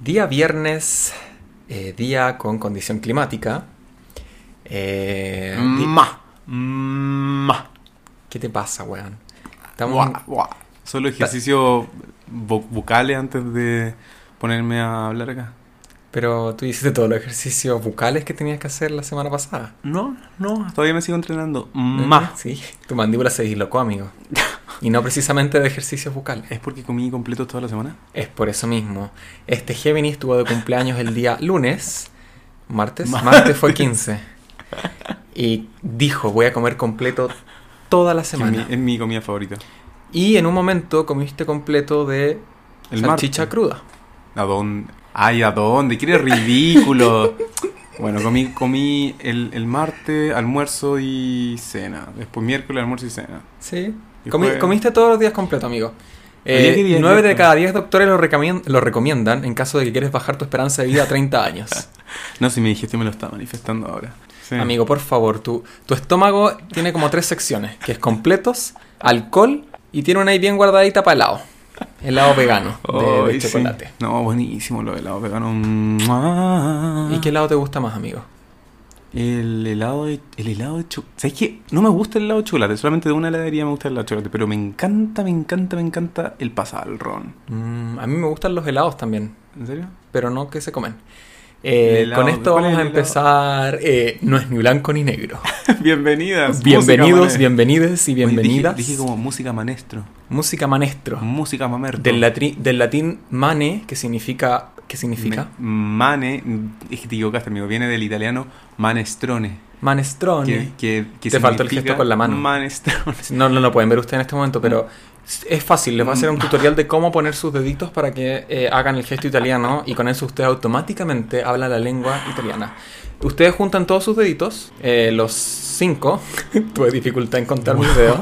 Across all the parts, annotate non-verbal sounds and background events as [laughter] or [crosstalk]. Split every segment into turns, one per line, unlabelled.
Día viernes, eh, día con condición climática. Eh, di-
Ma. Ma.
¿Qué te pasa, weón?
Guau, guau. Solo ejercicio vo- vocales antes de ponerme a hablar acá.
Pero tú hiciste todos los ejercicios bucales que tenías que hacer la semana pasada. ¿Eh?
No, no, todavía me sigo entrenando. Ma.
Sí, tu mandíbula se dislocó, amigo. Y no precisamente de ejercicios bucales.
¿Es porque comí completos toda la semana?
Es por eso mismo. Este Géminis tuvo de cumpleaños el día lunes, martes,
Martes.
martes fue 15. Y dijo, voy a comer completo toda la
Que Es mi,
semana.
es mi comida favorita.
Y en un momento comiste completo de
El
salchicha
martes.
cruda.
¿A dónde? Ay, ¿a dónde? ¿Qué eres [laughs] ridículo? bueno, comí, comí el, el martes, almuerzo y cena. Después miércoles, almuerzo y cena.
Sí.
Y
Comi-
fue-
Comiste todos los días completo, amigo.
Oye, ¿qué día
Eh,
es
9 de
esto?
cada 10 doctores lo, recamien- lo recomiendan en caso de que quieres bajar tu esperanza de vida a 30 años.
No, si mi digestión me lo está manifestando ahora. [laughs] Sí.
Amigo, por favor, tu, tu estómago tiene como tres secciones, que es completos, alcohol y tiene una ahí bien guardadita para helado. Helado vegano de- de,
Ay, sí.
chocolate.
No, buenísimo lo de helado vegano. ¡Mua!
¿Y qué helado te gusta más, amigo?
El helado de, el helado de chocolate. ¿Sabes qué? No me gusta el helado de chocolate, solamente de una heladería me gusta el helado de chocolate, pero me encanta, me encanta, me encanta el pasalrón.
Mm, a mí me gustan los helados también,
¿En serio? [laughs]
pero no que se comen. Eh,
El helado-
con esto
¿cuál es
vamos a
el helado?
empezar. eh, no es ni blanco ni
[laughs]
negro.
Bienvenidas.
Bienvenidos,
bienvenidas.
bienvenides y bienvenidas.
dije, como música maestro.
Música manestro.
Música mamerto.
Del, latri- del latín mane, que significa. ¿Qué significa?
Me- Mane, es que te equivocaste, amigo. Viene del italiano manestrone.
Manestrone.
Que, que, que
Oh, Te faltó el
significa
gesto con la mano.
Manestrone.
[laughs] No, no lo pueden ver ustedes en este momento, pero es fácil. Les voy a hacer un tutorial de cómo poner sus deditos para que eh, hagan el gesto italiano y con eso ustedes automáticamente hablan la lengua italiana. Ustedes juntan todos sus deditos, eh, los cinco, [laughs] tuve dificultad en contar mis
[laughs]
dedos,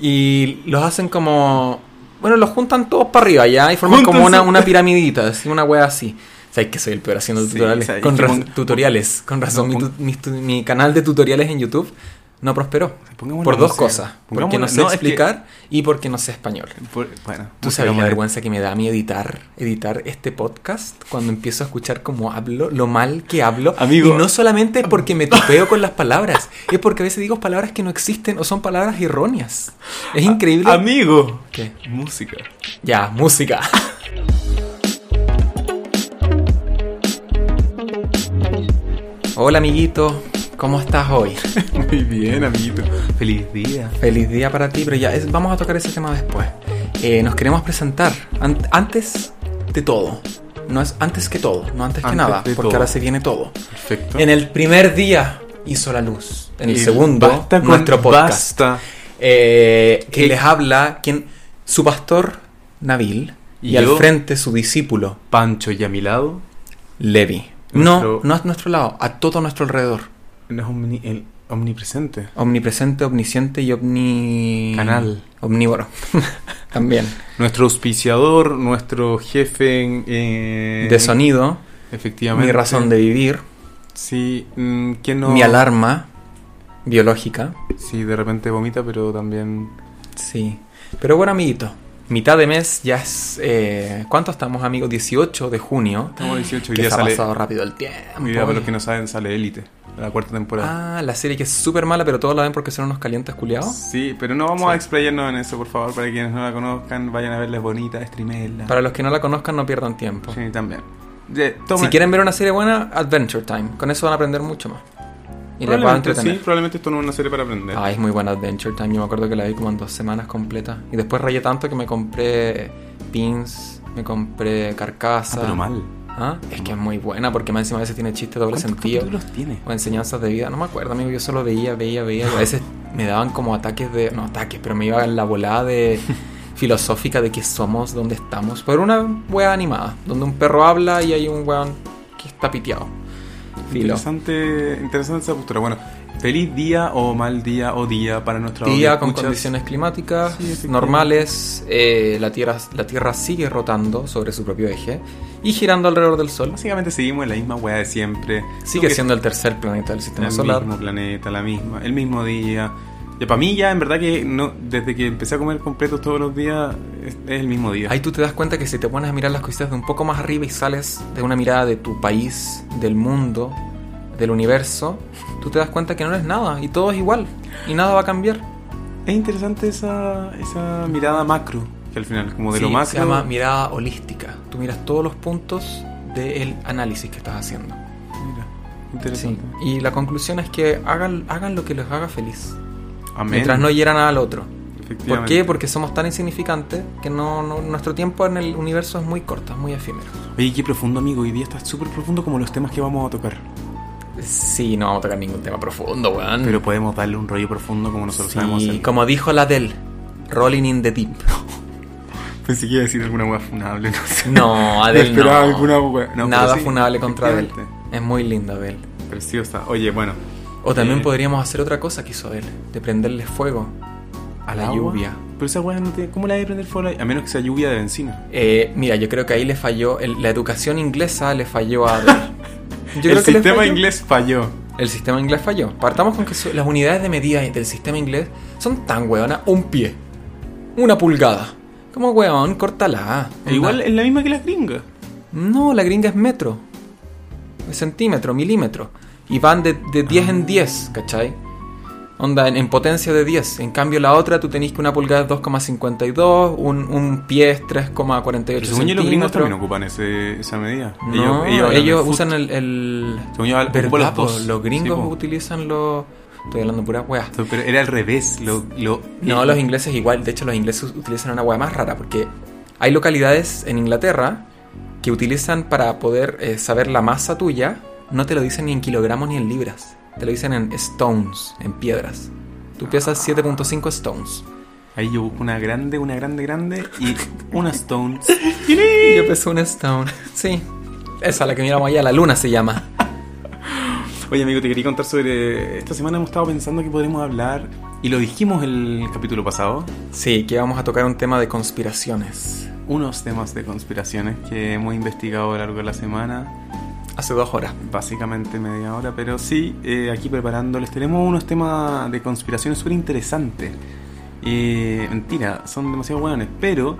y los hacen como... Bueno, los juntan todos para arriba ya y forman como
Júntense.
una, una piramidita, así, una wea así. Sabes que soy el peor haciendo
Sí,
tutoriales.
sabes
con
que
raz-
pon-
tutoriales. Con razón, mi
pon-
tu- mi tu- mi canal de tutoriales en YouTube no prosperó.
Pongamos
Por
la
dos
música.
cosas.
Pongamos
Porque
la-
no sé
no, es que-
explicar y porque no sé español.
Por- bueno,
Tú sabes la vergüenza que me da a mí editar, editar este podcast cuando empiezo a escuchar cómo hablo, lo mal que hablo.
Amigo.
Y no solamente es porque me tupeo con las palabras, [laughs] es porque a veces digo palabras que no existen o son palabras erróneas. Es increíble.
Amigo.
¿Qué?
Música. [laughs]
Ya, música. [laughs] Hola amiguito, ¿cómo estás hoy?
Muy bien, amiguito. Feliz día.
Feliz día para ti, pero ya es- vamos a tocar ese tema después. Eh, nos queremos presentar an- antes de todo. No es antes que todo, no antes, que
Antes
nada,
de
porque
todo.
ahora se viene todo.
Perfecto.
En el primer día hizo la luz. En el
Y
segundo,
basta con-
nuestro podcast.
Basta.
Eh, que
Eh,
les habla quien, su pastor Nabil y,
Y
al
yo.
frente su discípulo
Pancho y a mi lado.
Levi.
Nuestro-
No, no a nuestro lado, a todo nuestro alrededor.
No es omni- el omnipresente.
Omnipresente, omnisciente y omni...
Canal.
Omnívoro. [laughs] También.
Nuestro auspiciador, nuestro jefe en- eh,
de sonido,
Efectivamente.
mi razón de vivir,
Sí, mm, ¿quién no?
mi alarma biológica.
Sí, de repente vomita, pero también.
Sí. Pero bueno, amiguito, mitad de mes ya es. eh, ¿Cuánto estamos, amigos? 18 de junio.
Estamos 18 y
Que
ya
se ha
sale.
pasado rápido el tiempo.
Hoy día, para los que no saben, sale Élite, la cuarta temporada.
Ah, la serie que es súper mala, pero todos la ven porque son unos calientes culiados.
Sí, pero no vamos
Sí.
a explayarnos en eso, por favor. Para quienes no la conozcan, vayan a verla, es bonita, streamerla.
Para los que no la conozcan, no pierdan tiempo.
Sí, también. Ya, tomen.
Si quieren ver una serie buena, Adventure Time. Con eso van a aprender mucho más. Y les va a
Probablemente,
entretener.
Sí, probablemente esto no es una serie para aprender.
Ah, es muy buena Adventure Time. Yo me acuerdo que la vi como en dos semanas completa. Y después rayé tanto que me compré pins, me compré
Ah,
carcasa.
pero mal.
Ah, Es que es muy buena porque más encima a veces tiene chiste doble sentido.
los tiene?
O enseñanzas de vida. No me acuerdo, amigo. Yo solo veía, veía, veía. Y a veces me daban como ataques de. No ataques, pero me iba en la volada
[laughs]
de. filosófica de qué somos, dónde estamos. Pero una wea animada, donde un perro habla y hay un weón que está piteado. Filo.
Interesante, interesante esa postura. Bueno, feliz día o mal día o día para nuestra
día con
audioescuchas.
condiciones climáticas
Sí, efectivamente.
normales, eh, la, tierra, la Tierra sigue rotando sobre su propio eje y girando alrededor del Sol.
Básicamente seguimos en la misma weá de siempre.
Sigue
Creo que
siendo el tercer planeta del sistema
el
solar.
mismo planeta, la misma, el mismo día, Ya para mí ya en verdad que no, desde que empecé a comer completo todos los días es, es el mismo día.
Ahí tú te das cuenta que si te pones a mirar las cositas de un poco más arriba y sales de una mirada de tu país, del mundo, del universo, tú te das cuenta que no eres nada y todo es igual y nada va a cambiar.
Es interesante esa, esa mirada macro que al final, como de
Sí,
lo macro.
Se llama mirada holística. Tú miras todos los puntos del análisis que estás haciendo.
Mira,
Sí.
interesante.
Y la conclusión es que hagan, hagan lo que les haga feliz.
Amén.
Mientras no hieran al otro. ¿Por
Efectivamente.
qué? Porque somos tan insignificantes que no, no- nuestro tiempo en el universo es muy corto, es muy efímero.
Oye, qué profundo, amigo. Hoy día está súper profundo como los temas que vamos a tocar.
Sí, no vamos a tocar ningún tema profundo, weón.
Pero podemos darle un rollo profundo como nosotros
Mm. Sí,
sabemos hacer.
como dijo la del Rolling in the
[laughs]
Deep.
Pensé que iba a decir alguna hueá funable, no sé. [laughs]
No, Adele no.
Esperaba alguna hueá. No,
Nada
pero sí,
funable contra Adele.
efectivamente.
Es muy linda Adele.
Preciosa. Oye, bueno.
O también
Eh,
podríamos hacer otra cosa que hizo Adele, de prenderle fuego a la
agua.
lluvia.
Pero esa hueá no tiene. ¿Cómo la hay de prender fuera? A menos que sea lluvia de benzina.
Eh, mira, yo creo que ahí le falló, el- la educación inglesa le falló a
[laughs]
Adele. Yo creo
el
que le
sistema
falló.
inglés falló.
El sistema inglés falló. Partamos con que su- las unidades de medida del sistema inglés son tan hueonas. Un pie. Una pulgada. Como hueón, córtala.
E Igual es la misma que las gringas.
No, la gringa es metro. Es centímetro, milímetro. Y van de, de 10
Ah.
en 10, ¿cachai? Onda, en, en potencia de 10. En cambio, la otra, tú tenés que una pulgada es 2,52, un, un pie es 3,48
Pero según yo, los gringos
centímetros.
también ocupan ese, esa medida.
No, ellos,
hablan del
usan
foot.
el... el...
Según yo, ocupan
¿Verdad,
los
po?
dos.
Los gringos
Sí, po.
utilizan los... Estoy hablando pura weas.
Pero era al revés. Lo, lo-
No, los ingleses igual. De hecho, los ingleses utilizan una hueá más rara porque hay localidades en Inglaterra que utilizan para poder eh, saber la masa tuya, no te lo dicen ni en kilogramos ni en libras. Te lo dicen en stones, en piedras. Tú pesas 7.5 stones.
Ahí yo busco una grande, una grande, grande y una Stones.
[laughs] Y yo peso un stone. [laughs] Sí. Esa, la que miramos allá, la luna se
[laughs]
llama.
Oye, amigo, te quería contar sobre. Esta semana hemos estado pensando que podemos hablar. Y lo dijimos el capítulo pasado.
Sí, que vamos a tocar un tema de conspiraciones.
Unos temas de conspiraciones que hemos investigado a lo largo de la semana.
Hace dos horas.
Básicamente media hora, pero sí, eh, aquí preparándoles tenemos unos temas de conspiraciones súper interesantes. Eh, mentira, son demasiado buenos, pero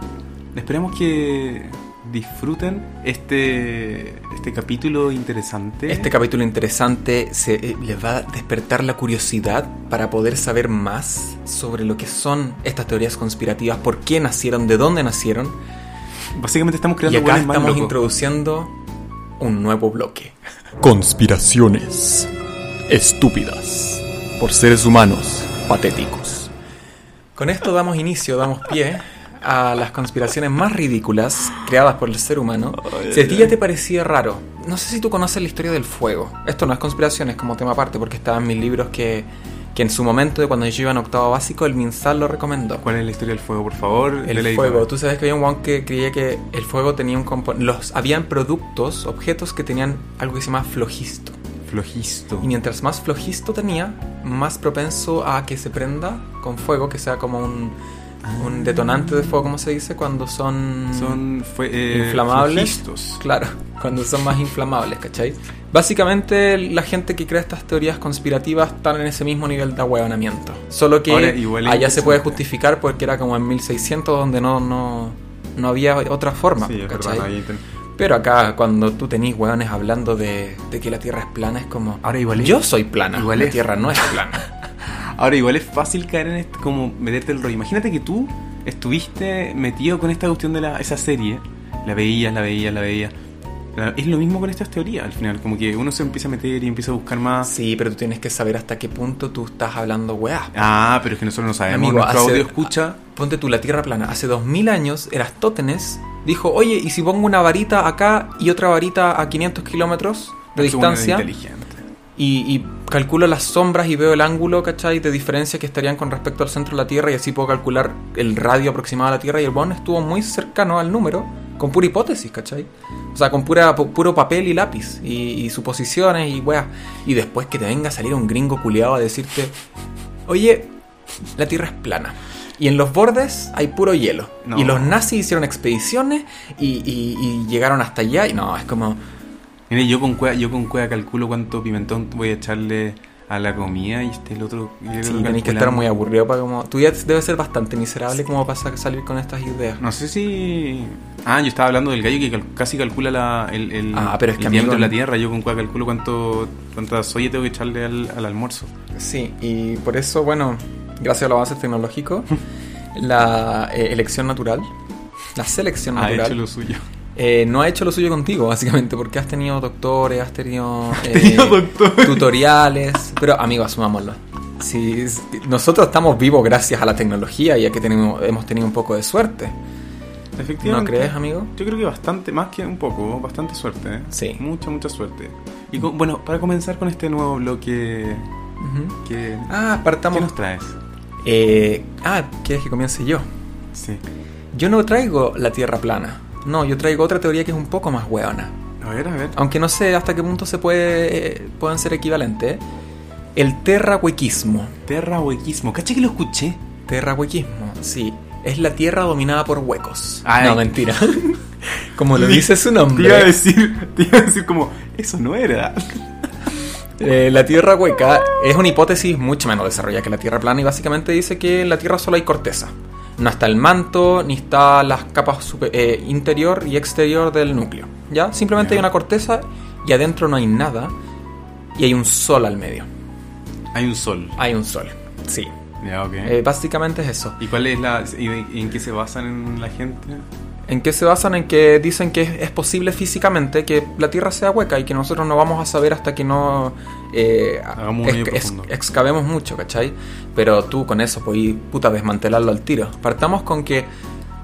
esperemos que disfruten este, este capítulo interesante.
Este capítulo interesante se, eh, les va a despertar la curiosidad para poder saber más sobre lo que son estas teorías conspirativas, por qué nacieron, de dónde nacieron.
Básicamente estamos
Y
creando
acá
hueones más
estamos
locos.
introduciendo un nuevo bloque.
Conspiraciones estúpidas por seres humanos patéticos.
Con esto damos inicio, damos pie a las conspiraciones más ridículas creadas por el ser humano. Si a ti ya te parecía raro, no sé si tú conoces la historia del fuego. Esto no es conspiración, es como tema aparte, porque estaba en mis libros que, que en su momento, de cuando yo iba en octavo básico, el MinSal lo recomendó.
¿Cuál es la historia del fuego, por favor?
El
Dele ahí,
fuego.
Pablo.
Tú sabes que había un one que creía que el fuego tenía un componente. Los habían productos, objetos que tenían algo que se llama flojisto.
Flojisto.
Y mientras más flojisto tenía, más propenso a que se prenda con fuego, que sea como un, un detonante de fuego, como se dice, cuando son.
Son fue, eh,
Inflamables.
flojistos.
Claro, [laughs] cuando son más inflamables, ¿cachai? Básicamente, la gente que crea estas teorías conspirativas están en ese mismo nivel de ahueonamiento. Solo que
Ahora, igual es
allá se puede
interesante.
justificar porque era como en 1600 donde no, no, no había otra forma,
Sí, es verdad,
¿cachai?
no hay inter-
Pero acá, cuando tú tenés hueones hablando de, de que la Tierra es plana, es como...
Ahora igual es-
Yo soy plana,
igual
la
es-
Tierra no es
[laughs]
plana.
Ahora, igual es fácil caer en esto, como meterte el rollo. Imagínate que tú estuviste metido con esta cuestión de la, esa serie. La veías, la veías, la veías. La- Es lo mismo con estas teorías al final, como que uno se empieza a meter y empieza a buscar más.
sí, pero tú tienes que saber hasta qué punto tú estás hablando hueá.
Ah, pero es que nosotros no sabemos.
Amigo,
Nuestro
hace-
audio escucha.
Ponte tú la Tierra plana. Hace 2000 años, Erastótenes dijo, oye, ¿y si pongo una varita acá y otra varita a 500 kilómetros de
es una
distancia?
Inteligente.
y, y calculo las sombras y veo el ángulo, ¿cachai? De diferencia que estarían con respecto al centro de la Tierra y así puedo calcular el radio aproximado a la Tierra y el bon estuvo muy cercano al número, con pura hipótesis, ¿cachai? O sea, con pura, pu- puro papel y lápiz y, y suposiciones y weá. Y después que te venga a salir un gringo culiado a decirte, oye, la Tierra es plana. Y en los bordes hay puro hielo.
No.
Y los nazis hicieron expediciones y, y- y llegaron hasta allá. Y no, es como,
Mire, yo con cueva, yo con cueva calculo cuánto pimentón voy a echarle a la comida y este el otro. y el
Sí,
otro
tenéis que
calculando.
estar muy aburrido para como... Tu día debe ser bastante miserable como para sa- salir con estas ideas.
No sé si. Ah, yo estaba hablando del gallo que cal- casi calcula la, el, el,
Ah, pero es que,
el diámetro
amigo,
de la tierra. Yo con cuál calculo cuánto, cuánta soya tengo que echarle al, al almuerzo.
Sí, y por eso, bueno, gracias a los avances [laughs] tecnológicos, la eh, elección natural, la selección
Ha Ah, hecho
natural,
lo suyo.
eh, no ha hecho lo suyo contigo, básicamente, porque has tenido doctores, [laughs] has tenido, eh,
tenido doctores.
tutoriales, pero amigo, asumámoslo. Si, si- nosotros estamos vivos gracias a la tecnología y a que tenemos, hemos tenido un poco de suerte. ¿No
Efectivamente.
crees, amigo?
Yo creo que bastante, más que un poco, bastante suerte. ¿eh?
Sí.
Mucha, mucha suerte. Y con- bueno, para comenzar con este nuevo bloque
Ujú.
que.
Ah,
¿Qué
partamos.
nos traes?
Eh, ah, ¿quieres que comience yo?
Sí.
Yo no traigo la Tierra plana. No, yo traigo otra teoría que es un poco más hueona.
A ver, a ver.
aunque no sé hasta qué punto se puede eh, pueden ser equivalentes, el terrahuequismo.
Terrahuequismo. ¿Caché que lo escuché?
Terrahuequismo, sí. Es la tierra dominada por huecos.
Ay.
No, mentira. [laughs] Como lo dice su
[laughs] Te iba a
nombre.
decir, [laughs] te iba a decir como, eso no era.
[laughs] Eh, la tierra hueca es una hipótesis mucho menos desarrollada que la tierra plana y básicamente dice que en la tierra solo hay corteza. No está el manto, ni está las capas super- eh, interior y exterior del núcleo. ¿Ya? Simplemente
Ya.
hay una corteza y adentro no hay nada y hay un sol al medio.
Hay un sol.
Hay un sol. Sí.
Ya, ok.
Eh, básicamente es eso.
¿Y cuál es la. y de- en qué se basan en la gente?
¿En qué se basan? En que dicen que es, es posible físicamente que la Tierra sea hueca y que nosotros no vamos a saber hasta que no eh,
Hagamos un hoyo profundo.
excavemos mucho, ¿cachai? Pero tú con eso podís, puta, desmantelarlo al tiro. Partamos con que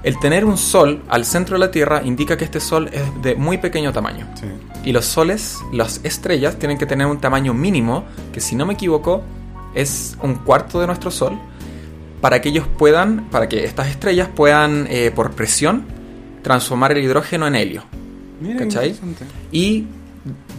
el tener un sol al centro de la Tierra indica que este sol es de muy pequeño tamaño.
Sí.
Y los soles, las estrellas, tienen que tener un tamaño mínimo, que si no me equivoco, es un cuarto de nuestro sol, para que ellos puedan, para que estas estrellas puedan, eh, por presión, transformar el hidrógeno en helio.
Mira,
¿Cachai?
interesante.
Y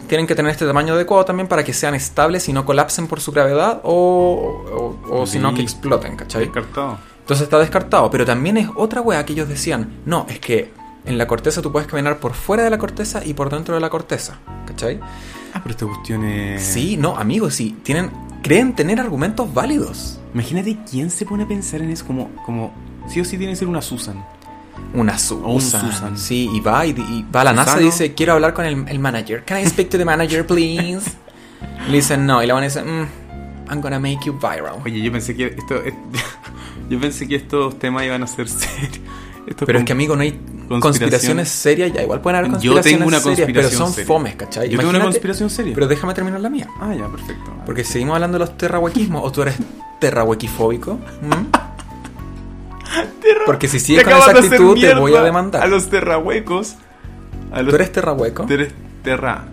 tienen que tener este tamaño adecuado también para que sean estables y no colapsen por su gravedad o, o, o si no que
Sí.
exploten, ¿cachai?
Descartado.
Entonces está descartado, pero también es otra weá que ellos decían, no, es que en la corteza tú puedes caminar por fuera de la corteza y por dentro de la corteza, ¿cachai?
Ah, pero esta cuestión es.
Sí, no, amigos, sí, tienen, creen tener argumentos válidos.
Imagínate quién se pone a pensar en eso como. como sí o sí tiene que ser una Susan.
Una Su-
O un
Susan,
Susan.
Sí, y va, y, y va a la NASA y
Susano.
dice, quiero hablar con el, el manager. Can I speak to the manager, please? Le dicen no, y la van a decir, I'm gonna make you viral.
Oye, yo pensé que esto. es- [laughs] yo pensé que estos temas iban a ser [laughs] serios. Estos
Pero es
con-
que, amigo, no hay
conspiraciones-
conspiraciones serias, ya igual pueden haber
Yo
conspiraciones
tengo una
serias, pero
conspiración
son
seria.
fomes, ¿cachai?
Yo tengo una
Imagínate-
conspiración seria.
Pero déjame terminar la mía.
Ah, ya, perfecto.
Porque seguimos hablando de los terrahuequismos, o tú eres terrahuequifóbico. ¿Mm?
[laughs]
Porque si
Te
sigues con esa
acabas de hacer
actitud, te voy a
mierda
demandar.
A los terrahuecos. A los
¿Tú eres terrahueco?
Tú eres terra.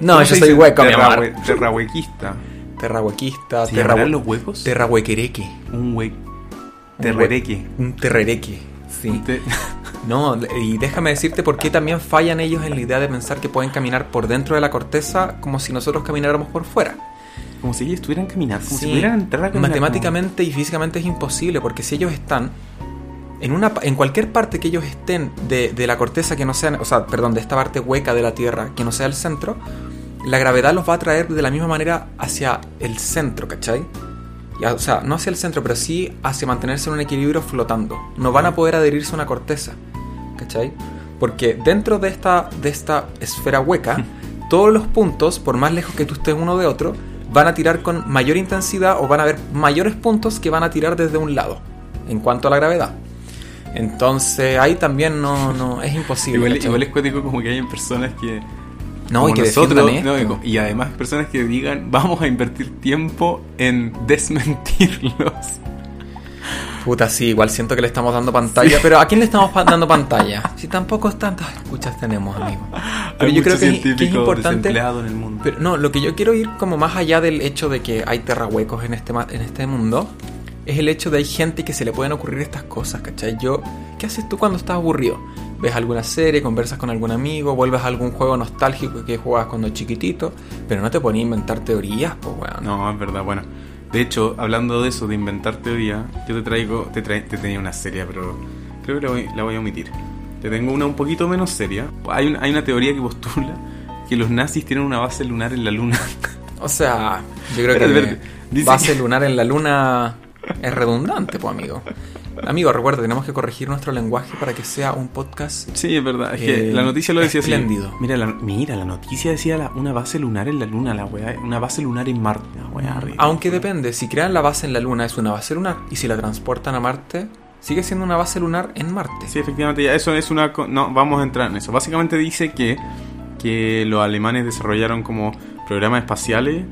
No,
¿Cómo
yo
se
soy
dice?
hueco, mi
Terrahue-
amor. [laughs]
Terrahuequista.
Terrahuequista,
¿Se llamarán
terrahue...
los huecos?
terrahuequereque.
un hue...
Un
Terrereque.
hue- Un terrereque, sí.
Te- [laughs]
No, y déjame decirte por qué también fallan ellos en la idea de pensar que pueden caminar por dentro de la corteza como si nosotros camináramos por fuera.
Como si ellos estuvieran caminando, como
Sí,
si pudieran entrar a caminar,
Matemáticamente y físicamente es imposible porque si ellos están en una pa- en cualquier parte que ellos estén de, de la corteza que no sea, o sea, perdón, de esta parte hueca de la Tierra que no sea el centro, la gravedad los va a atraer de la misma manera hacia el centro, ¿cachai? Ya, o sea, no hacia el centro, pero sí hacia mantenerse en un equilibrio flotando. No van a poder adherirse a una corteza, ¿cachai? Porque dentro de esta, de esta esfera hueca,
Hmm.
todos los puntos, por más lejos que tú estés uno de otro, van a tirar con mayor intensidad o van a haber mayores puntos que van a tirar desde un lado, en cuanto a la gravedad. Entonces ahí también no, no es
como-
imposible.
Igual,
¿cachai?
igual es cuático como que hay personas que.
no,
como
y que
nosotros,
defiendan ¿eh?
no, y
esto.
co- y además personas que digan, vamos a invertir tiempo en desmentirlos.
Puta, sí, igual siento que le estamos dando pantalla, pero ¿a quién le estamos
[laughs]
pa- dando pantalla? Si tampoco es tantas escuchas tenemos, amigo. Pero
Hay
yo creo
mucho
que es- que es,
científico
importante.
desempleado en el mundo.
Pero no, lo que yo quiero ir como más allá del hecho de que hay terrahuecos en este, ma- en este mundo, es el hecho de hay gente que se le pueden ocurrir estas cosas, ¿cachai? Yo, ¿qué haces tú cuando estás aburrido? ¿Ves alguna serie, conversas con algún amigo, vuelves a algún juego nostálgico que jugabas cuando chiquitito? Pero no te pones a inventar teorías, pues, weón.
No, es verdad, bueno. De hecho, hablando de eso, de inventar teoría, yo te traigo, te, tra- te tenía una seria, pero creo que la voy, la voy a omitir. Te tengo una un poquito menos seria. Hay, un- hay una teoría que postula que los nazis tienen una base lunar en la luna. [laughs]
O sea, yo creo
Espérate,
que
espérate. Dice
base
que-
lunar en la luna es redundante, pues amigo. Amigo, recuerda, tenemos que corregir nuestro lenguaje para que sea un podcast.
Sí, es verdad. Es que
Eh,
la noticia lo decía así.
espléndido.
Mira, la, mira, la noticia decía la- una base lunar en la luna, la weá. Una base lunar en Marte. La weá, ridícula.
Aunque depende, si crean la base en la luna es una base lunar y si la transportan a Marte, sigue siendo una base lunar en Marte.
Sí, efectivamente, ya eso es una... co- No, vamos a entrar en eso. Básicamente dice que, que los alemanes desarrollaron como programas espaciales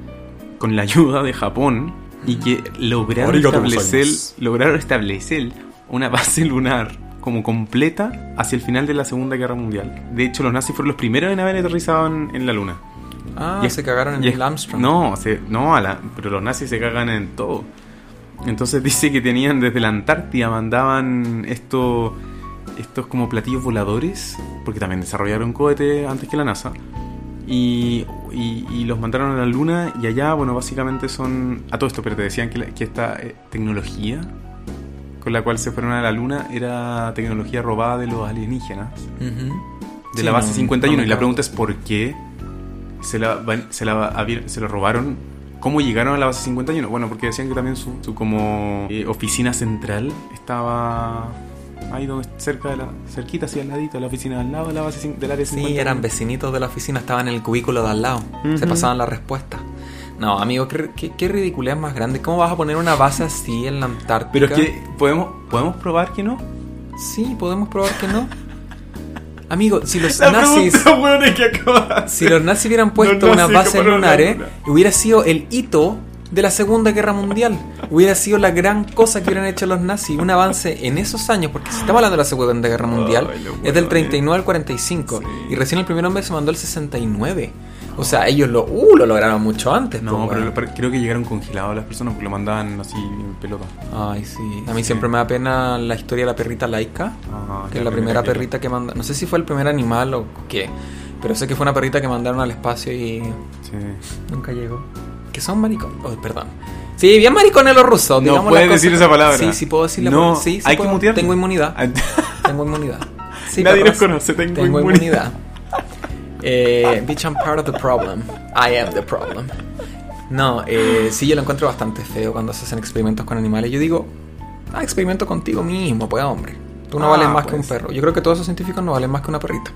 con la ayuda de Japón y que lograron
Arigato
establecer,
gozaimasu.
lograron establecer una base lunar como completa hacia el final de la Segunda Guerra Mundial. De hecho, los nazis fueron los primeros en haber aterrizado en, en la luna.
Ah,
Y es-
se cagaron en
y es-
el Armstrong.
No, se- no a la- pero los nazis se cagan en todo. Entonces [laughs] dice que tenían desde la Antártida, mandaban estos estos como platillos voladores, porque también desarrollaron cohetes antes que la NASA, y, y- y los mandaron a la Luna, y allá, bueno, básicamente son... A todo esto, pero te decían que, la- que esta eh, tecnología con la cual se fueron a la Luna era tecnología robada de los alienígenas
Ujú.
de
Sí,
la base
no,
51
no me
y la
cabe
pregunta es por qué se la, van- se la, abier- se la robaron. ¿Cómo llegaron a la base 51? Bueno, porque decían que también su, su como eh, oficina central estaba ahí donde cerca de la cerquita así al ladito de la oficina al lado de la base cin- del área 51.
Sí, eran vecinitos de la oficina, estaban en el cubículo de al lado. Se
Ujú.
pasaban las respuestas. No, amigo, qué, qué, qué ridiculez más grande. ¿Cómo vas a poner una base así en la Antártica?
Pero es que podemos podemos probar que no. [laughs]
Sí, podemos probar que no. Amigo, si los
La
nazis.
pregunta weón, es que acabas.
Si los nazis hubieran puesto
[laughs] Los
una
nazis
base
ocuparon la
lunar, eh,
luna.
hubiera sido el hito de la Segunda Guerra Mundial. Hubiera sido la gran cosa que hubieran hecho los nazis. Un avance en esos años, porque si estamos hablando de la Segunda Guerra Mundial,
Ay, los
es del
huevones.
39 al 45.
Sí.
Y recién el primer hombre se mandó el 69. O sea, ellos lo, uh, lo lograron mucho antes.
No,
pues,
pero,
weón.
pero creo que llegaron congelados las personas porque lo mandaban así en pelota.
Ay, sí. A mí
Sí.
siempre me da pena la historia de la perrita laica.
Ah,
Que es la primera perrita que manda. No sé si fue el primer animal o qué. Pero sé que fue una perrita que mandaron al espacio y
Sí.
nunca llegó. Que son maricones. Oh, perdón. Sí, bien maricones los rusos.
No
digamos
puedes
las cosas
decir
que-
esa palabra.
Sí, sí puedo decir la
No,
palabra. Sí, sí
hay
puedo.
que mutearla.
Tengo
[laughs]
inmunidad. Tengo inmunidad. Sí,
Nadie
perras.
nos conoce, tengo inmunidad.
inmunidad. Eh, bitch, I'm part of the problem. I am the problem. No, eh, sí, yo lo encuentro bastante feo cuando se hacen experimentos con animales. Yo digo, ah, experimento contigo mismo, pues hombre. Tú no
Ah,
vales más que un
pues.
perro. Yo creo que todos esos científicos no valen más que una perrita.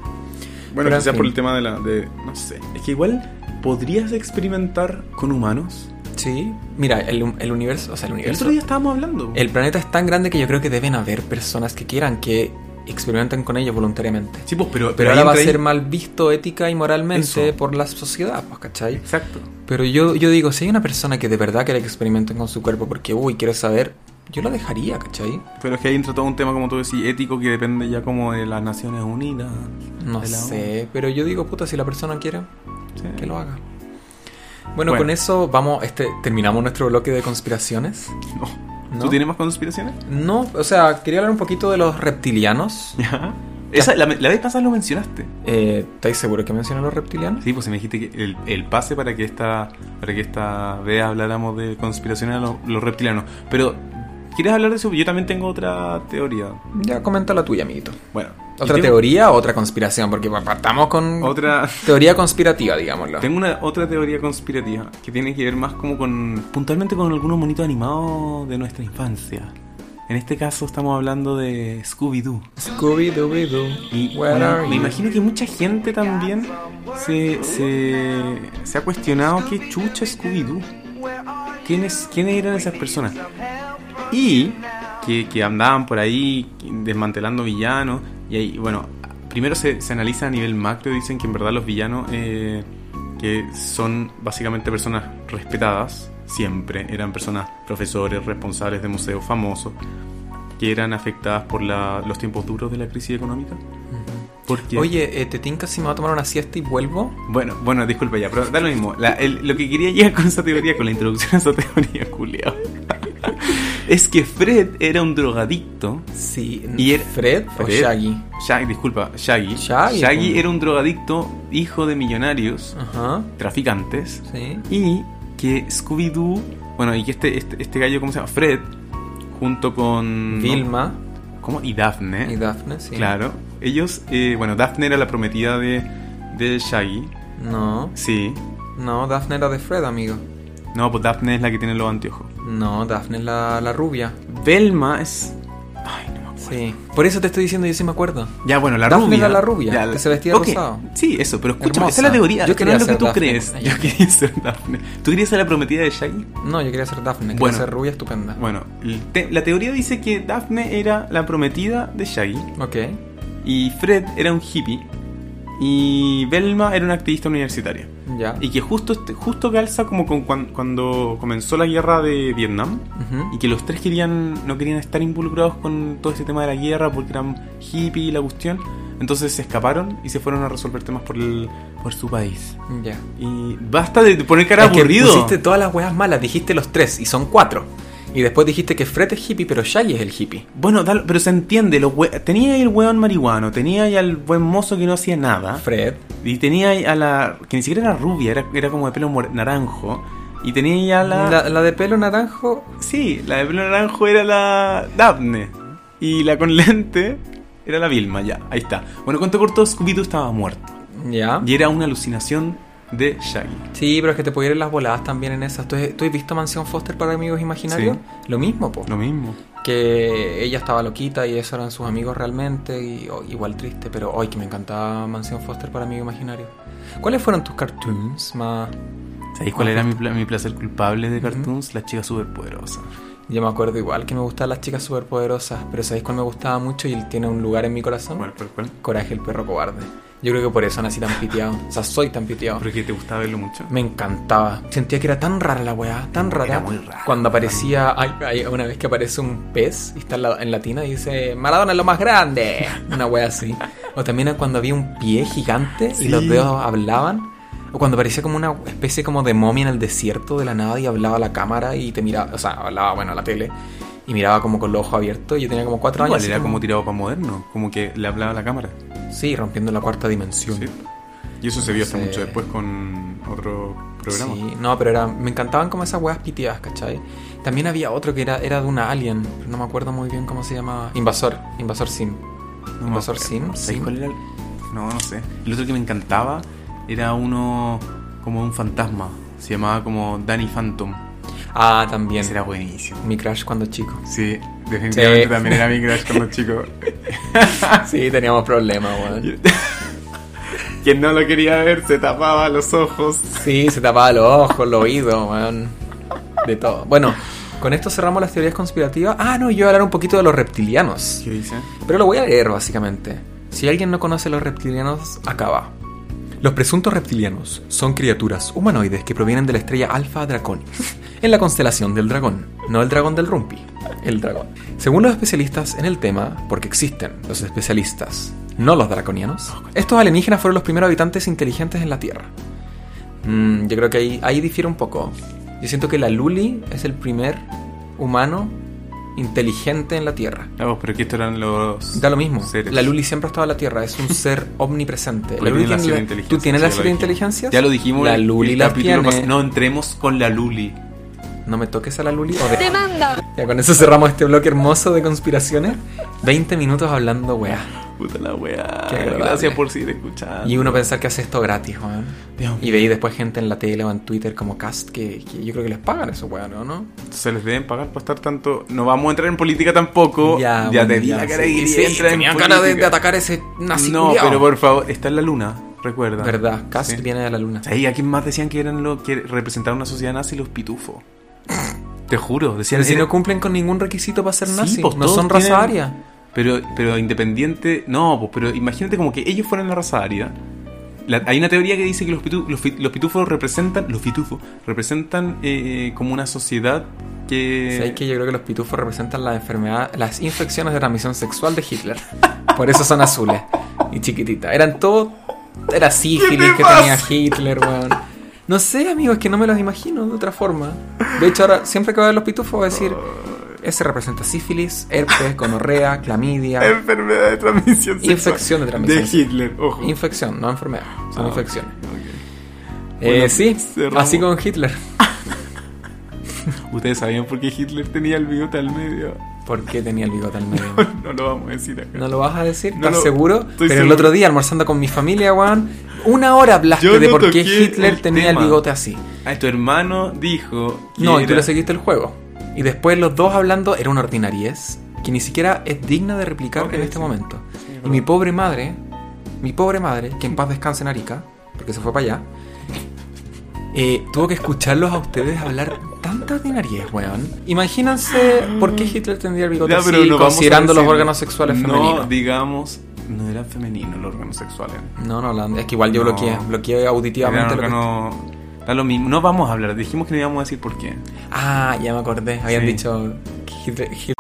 Pero,
Bueno,
en
quizás por
fin.
el tema de la. De, no sé. Es que igual podrías experimentar con humanos.
Sí, mira, el, el universo, o sea, el
El
universo.
otro día estábamos hablando.
El planeta es tan grande que yo creo que deben haber personas que quieran que experimenten con ellos voluntariamente.
Sí, pues, pero,
Pero
ahí
ahora va a
entra ahí-
ser mal visto ética y moralmente
Eso.
por la sociedad, pues, ¿cachai?
Exacto.
Pero yo, yo digo, si hay una persona que de verdad quiere que experimenten con su cuerpo porque, uy, quiero saber, yo la dejaría, ¿cachai?
Pero es que ahí entra todo un tema, como tú decís, ético que depende ya como de las Naciones Unidas.
No
de la ONU.
sé, pero yo digo, puta, si la persona quiere,
Sí.
que lo haga. Bueno,
Bueno.
con eso vamos, este, terminamos nuestro bloque de conspiraciones.
No.
¿No?
¿Tú tienes más conspiraciones?
No, o sea, quería hablar un poquito de los reptilianos.
Ya. Esa, la, la vez pasada lo mencionaste.
Eh, ¿Estáis seguros que mencioné a los reptilianos?
Sí, pues me dijiste que el, el pase para que esta para que esta vez habláramos de conspiraciones a los, los reptilianos. Pero, ¿quieres hablar de eso? Yo también tengo otra teoría.
Ya comenta la tuya, amiguito.
Bueno. yo
¿Otra
tengo
teoría o otra conspiración? Porque pa- partamos con
Otra.
teoría conspirativa, digámoslo.
Tengo una otra teoría conspirativa que tiene que ver más como con puntualmente con algunos monitos animados de nuestra infancia. En este caso estamos hablando de Scooby-Doo.
Scooby-Doo.
Y
where
bueno,
are
me
you?
imagino que mucha gente también se, se, se ha cuestionado qué chucha es Scooby-Doo. ¿Quiénes, ¿Quiénes eran esas personas? Y que, que andaban por ahí desmantelando villanos. Y ahí, bueno, primero se, se analiza a nivel macro. Dicen que en verdad los villanos, eh, que son básicamente personas respetadas, siempre eran personas, profesores, responsables de museos famosos, que eran afectadas por la- los tiempos duros de la crisis económica. Porque,
Oye, eh, ¿te tinca si me va a tomar una siesta y vuelvo?
Bueno, bueno, disculpa ya, pero da lo mismo. La- el- lo que quería llegar con esa teoría, con la introducción a esa teoría, [laughs] culiao, es que Fred era un drogadicto.
Sí.
¿Y el-
Fred, o
Fred?
Shaggy?
Shaggy, disculpa, Shaggy.
Shaggy, pues.
era un drogadicto, hijo de millonarios,
Ajá,
traficantes.
sí.
Y que Scooby-Doo, bueno, y que este, este, este gallo, ¿cómo se llama? Fred, junto con.
Vilma
¿Cómo? Y Daphne.
y Daphne, sí.
¿Eh? Claro. Ellos, eh, bueno, Daphne era la prometida de, de Shaggy.
No.
Sí.
No, Daphne era de Fred, amigo.
No, pues Daphne es la que tiene los anteojos.
No, Daphne es la, la rubia.
Velma es. Ay, no me acuerdo.
Sí. Por eso te estoy diciendo, yo sí me acuerdo.
Ya, bueno, la
Daphne
rubia.
era la rubia,
Ya,
que se vestía de
Ok,
rosado.
Sí, eso, pero escúchame,
Hermosa.
esa es la teoría.
Yo
que
quería
no es lo que
ser
tú
Daphne.
crees.
Ay,
Yo
ya.
quería ser Daphne. ¿Tú querías ser la prometida de Shaggy?
No, yo quería ser Daphne, quería
Bueno.
ser rubia estupenda.
Bueno, el te- la teoría dice que Daphne era la prometida de Shaggy.
Ok.
Y Fred era un hippie. Y Velma era una activista universitaria.
Ya.
Y que justo, este- justo calza como con cuan- cuando comenzó la guerra de Vietnam.
Ujú.
Y que los tres querían, no querían estar involucrados con todo este tema de la guerra porque eran hippie y la cuestión. Entonces se escaparon y se fueron a resolver temas por, el, por su país.
Ya.
Y basta de poner cara
Es que
aburrido.
Pusiste todas las weas malas, dijiste los tres y son cuatro. Y después dijiste que Fred es hippie, pero Shaggy es el hippie.
Bueno, dale- pero se entiende. Los hue- tenía ahí el weón marihuano, tenía ahí al buen mozo que no hacía nada.
Fred.
Y tenía ahí a la. que ni siquiera era rubia, era, era como de pelo more- naranjo. Y tenía ahí a la.
La, la de pelo naranjo.
Sí, la de pelo naranjo era la Daphne. Y la con [laughs] lente era la Vilma, ya, ahí está. Bueno, cuento corto, Scooby-Doo estaba muerto.
Ya.
Y era una alucinación de Shaggy.
Sí, pero es que te pudieron las voladas también en esas. ¿Tú, has- tú has visto Mansión Foster para amigos imaginarios? Lo mismo, po.
Lo mismo.
Que ella estaba loquita y eso eran sus amigos realmente. Y oh, igual triste, pero hoy que me encantaba Mansión Foster para amigos imaginarios. ¿Cuáles fueron tus cartoons más.?
¿Sabéis cuál era mi, pla- mi placer culpable de cartoons? La chica superpoderosa.
Yo me acuerdo igual que me gustaban las chicas superpoderosas, pero ¿sabéis cuál me gustaba mucho y tiene un lugar en mi corazón?
¿Cuál, cuál, cuál?
Coraje el perro cobarde. Yo creo que por eso nací tan piteado. O sea, soy tan piteado.
Porque te gustaba verlo mucho.
Me encantaba. Sentía que era tan rara la weá, tan rara.
Era muy rara.
Cuando aparecía, hay, hay una vez que aparece un pez y está en, la, en latina y dice, Maradona es lo más
[laughs]
grande. Una weá así. O también era cuando había un pie gigante
Sí.
y los dedos hablaban. O cuando aparecía como una especie como de momia en el desierto de la nada y hablaba a la cámara y te miraba, o sea, hablaba, bueno, a la tele. Y miraba como con los ojos abiertos. Y yo tenía como cuatro
Igual
años.
era
así
como tirado para moderno, como que le hablaba a la cámara.
Sí, rompiendo la cuarta dimensión.
Sí. Y eso se vio hasta
Sí.
mucho después con otro programa.
Sí, no, pero era, me encantaban como esas weas piteadas, ¿cachai? También había otro que era, era de una alien, pero no me acuerdo muy bien cómo se llamaba. Invasor, Invasor Sim.
No me
Invasor
acuerdo.
Sim,
¿Sabes
Sim.
cuál era? el- No, no sé. El otro que me encantaba era uno como un fantasma. Se llamaba como Danny Phantom.
Ah, también.
Ese era buenísimo.
Mi crush cuando chico.
Sí, definitivamente
Sí.
también era mi crush [laughs] cuando chico. Ah,
sí, teníamos problemas, weón.
Quien no lo quería ver se tapaba los ojos.
Sí, se tapaba los ojos, los oídos, weón. De todo. Bueno, con esto cerramos las teorías conspirativas. Ah, no, yo iba a hablar un poquito de los reptilianos.
¿Qué dice?
Pero lo voy a leer básicamente. Si alguien no conoce los reptilianos, acaba. Los presuntos reptilianos son criaturas humanoides que provienen de la estrella Alpha Draconis, en la constelación del dragón, no el dragón del rumpi, el dragón. Según los especialistas en el tema, porque existen los especialistas, no los draconianos, estos alienígenas fueron los primeros habitantes inteligentes en la Tierra. Mm, yo creo que ahí, ahí difiere un poco. Yo siento que la Luli es el primer humano inteligente en la Tierra.
Ah, vos, pero que estos eran los.
Da lo mismo.
seres.
La Luli siempre ha estado en la Tierra,
[laughs]
es un ser omnipresente.
Porque
La Luli
tiene
tiene
la siete
la-
inteligencias,
¿Tú tienes
ya
la
lo
siete
dijimos.
inteligencias?
Ya lo dijimos.
La
en el
Luli la
capítulo
tiene.
pas- No entremos con la Luli.
No me toques a la Luli. o de-
¡Te mando!
Ya con eso cerramos este bloque hermoso de conspiraciones. 20 minutos hablando, weá.
Puta la weá.
Qué agradable.
Gracias por seguir escuchando.
Y uno pensar que hace esto gratis, weón.
Dios
Y veis después gente en la tele o en Twitter como cast que, que yo creo que les pagan eso, weá, ¿no? ¿no?
Se les deben pagar por estar tanto. No vamos a entrar en política tampoco. Ya,
bueno,
te di la
sí.
cara y
Sí,
entra en
tenía cara de, de
política.
atacar ese nazi
No,
culiao.
pero por favor, está en la luna, recuerda.
Verdad, cast
Sí.
viene de la luna.
Ahí, ¿a quién más decían que eran lo que representaban una sociedad nazi
[laughs]
los pitufos? Te juro, decían
Pero si
era-
no cumplen con ningún requisito para ser
Sí,
nazi,
pues,
no
todos
son raza
tienen-
aria.
Pero, pero independiente. No, pues, pero imagínate como que ellos fueran la raza aria. La- hay una teoría que dice que los, pitu- los, fi- los pitufos representan. Los pitufos representan eh, como una sociedad que.
¿Sabes que yo creo que los pitufos representan la enfermedad, las infecciones de transmisión sexual de [laughs] Hitler? Por eso son azules y chiquititas. Eran todo. Era sífilis
te
que
pasa?
tenía Hitler, weón. No sé, amigos, que no me los imagino de otra forma. De hecho, ahora siempre que veo a los pitufos voy a decir: ese representa sífilis, herpes, gonorrea, clamidia.
Enfermedad de transmisión sexual.
Ah. Infección de transmisión
De Hitler, ojo.
Infección, no enfermedad, son
Ah,
infecciones.
ok.
Eh,
Bueno,
sí,
cerramos.
así con Hitler.
Ustedes sabían por qué Hitler tenía el bigote al medio. [laughs]
¿Por qué tenía el bigote al [laughs] medio?
No lo vamos a decir acá.
¿No lo vas a decir?
No
¿Estás
lo-
seguro?
estoy
Pero el
seguro.
otro día, almorzando con mi familia, weón, una hora hablaste
Yo
de
no
por qué
toqué
Hitler
el
tenía
tema.
el bigote así.
Ah, tu hermano dijo. que
No, y tú
era-
le seguiste el juego. Y después los dos hablando era una ordinariez que ni siquiera es digna de replicar
Ok,
en este
sí.
momento. y
verdad.
mi pobre madre, mi pobre madre, que en paz descanse en Arica, porque se fue para allá, eh, tuvo que escucharlos a ustedes hablar tanta ordinariez, weón. Imagínense por qué Hitler tendría el bigote
Ya,
así,
pero no vamos a
considerando los
decir-
órganos sexuales
No,
femeninos.
digamos, no eran femeninos los órganos sexuales.
No, no, la- es que igual yo
No.
bloqueé, bloqueé
Eran
auditivamente lo que-
órganos- Da lo mismo. No vamos a hablar, dijimos que no íbamos a decir por qué.
Ah, ya me acordé, habían
Sí.
dicho que Hitler- Hitler-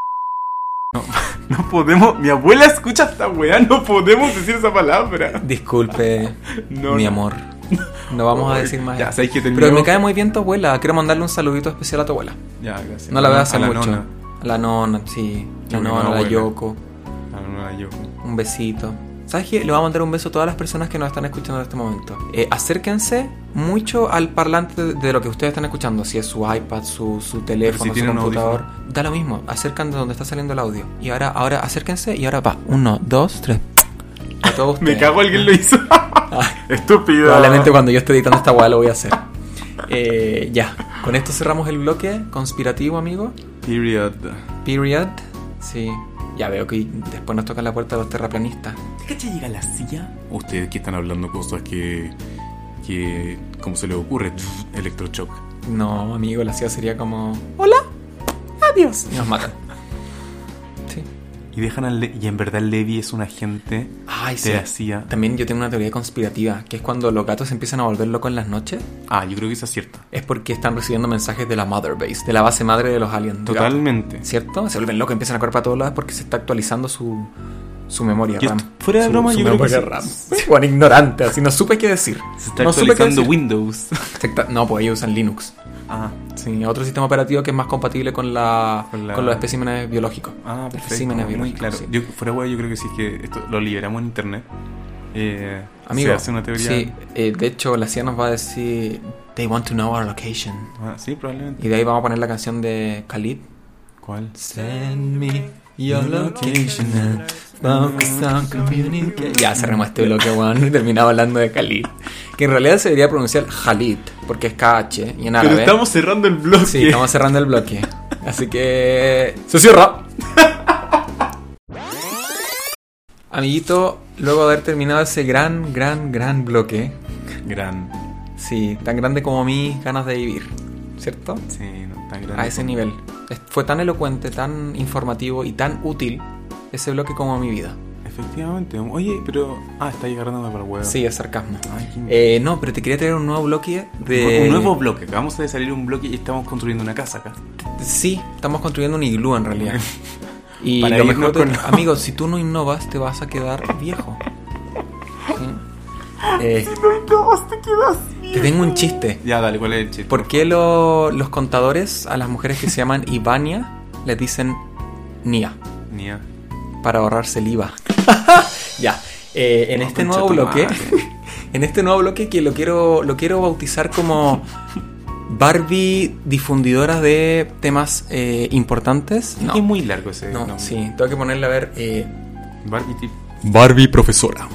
No podemos. Mi abuela escucha esta weá, no podemos decir esa palabra.
Disculpe,
[laughs] No,
mi
no.
amor. No vamos a decir más.
Ya, sabéis que
Pero me
terminemos-
cae muy bien tu abuela. Quiero mandarle un saludito especial a tu abuela.
Ya, gracias.
No la veo
Ah, A
hace mucho.
nona.
A la nona, sí. La
Yo creo que
nona,
no,
la
abuela.
Yoko.
A la nona Ah, yo.
Un besito. ¿Sabes qué? Le voy a mandar un beso a todas las personas que nos están escuchando en este momento. Eh, acérquense mucho al parlante de- de lo que ustedes están escuchando. Si es su iPad, su, su
si
teléfono, su
tienen un
computador. Da lo mismo. Acércan de donde está saliendo el audio. Y ahora, ahora, acérquense y ahora va. Uno, dos, tres. A todos
[laughs] Me
ustedes.
cago, alguien lo hizo. Ah, Estúpido.
Probablemente cuando yo esté editando esta guada lo voy a hacer. [laughs] Eh, ya, con esto cerramos el bloque conspirativo, amigo.
Period.
Period. Sí. Ya veo que después nos tocan la puerta de los terraplanistas.
¿Te cacha llega la silla? Ustedes que están hablando cosas que. que. como se les ocurre, [laughs] electrochoc.
No, amigo, la ciudad sería como... Hola. Adiós. Y nos matan. Sí.
Y dejan al Le- y en verdad Levi es un agente
Ay, sí.
de la CIA.
También yo tengo una teoría conspirativa, que es cuando los gatos se empiezan a volver locos en las noches,
Ah, yo creo que esa es cierta.
es porque están recibiendo mensajes de la Mother Base, de la base madre de los aliens. de gatos.
Totalmente.
¿Cierto? Se vuelven locos, empiezan a correr para todos lados porque se está actualizando su, su memoria
Yo
RAM.
est- fuera de
Su-
broma,
su
yo creo que
memoria
sí.
RAM. Juan ignorante, así no supe qué decir.
Se está
no supe qué
actualizando
decir.
Windows.
Se acta- No, pues ellos usan Linux.
[laughs] Ah,
Sí, otro sistema operativo que es más compatible con, la,
Con
con,
la-
los especímenes biológicos.
ah perfecto.
Especímenes
Muy
biológicos.
claro.
sí.
Yo, fuera de hueá, yo creo que sí que esto lo liberamos en internet. Eh,
Amigo,
se hace una teoría.
sí, eh, de hecho la CIA nos va a decir They want to know our location.
Ah, sí, probablemente.
Y de ahí vamos a poner la canción de Khalid.
¿Cuál?
Send me your location and focus on communication. Ya cerramos este bloque, weón. Y terminaba hablando de Khalid. Que en realidad se debería pronunciar Khalid, porque es KH y en árabe.
Pero estamos cerrando el bloque.
¿eh? Sí, estamos cerrando el bloque. Así que. ¡Se cierra! Amiguito, luego de haber terminado ese gran, gran, gran bloque,
[laughs] Gran.
sí, tan grande como mis ganas de vivir, ¿cierto?
Sí, no, tan grande.
A ese nivel. Es- Fue tan elocuente, tan informativo y tan útil ese bloque como mi vida.
Efectivamente. Oye, pero. Ah, está agarrándome para el huevo.
Sí, es sarcasmo.
Ay, qué-
Eh, no, pero te quería traer un nuevo bloque de.
Un nuevo bloque. Acabamos de salir un bloque y estamos construyendo una casa acá.
Sí, estamos construyendo un iglú en realidad. [laughs] Y
Para
lo
irnos
mejor de-
con-
amigo, si tú no innovas te vas a quedar viejo. Sí. Eh, te tengo un chiste.
Ya, dale, ¿cuál es el chiste?
¿Por qué lo- los contadores a las mujeres que se llaman Ivania les dicen Nia?
Nia.
Para ahorrarse el IVA. [laughs] ya. eh, en
No,
este
concha
nuevo
tu
bloque.
madre.
[laughs] En este nuevo bloque que lo quiero. Lo quiero bautizar como Barbie difundidora de temas eh, importantes. No.
Es muy largo ese.
No,
nombre.
sí, tengo que ponerle a ver. eh,
Barbie Tip.
Barbie profesora.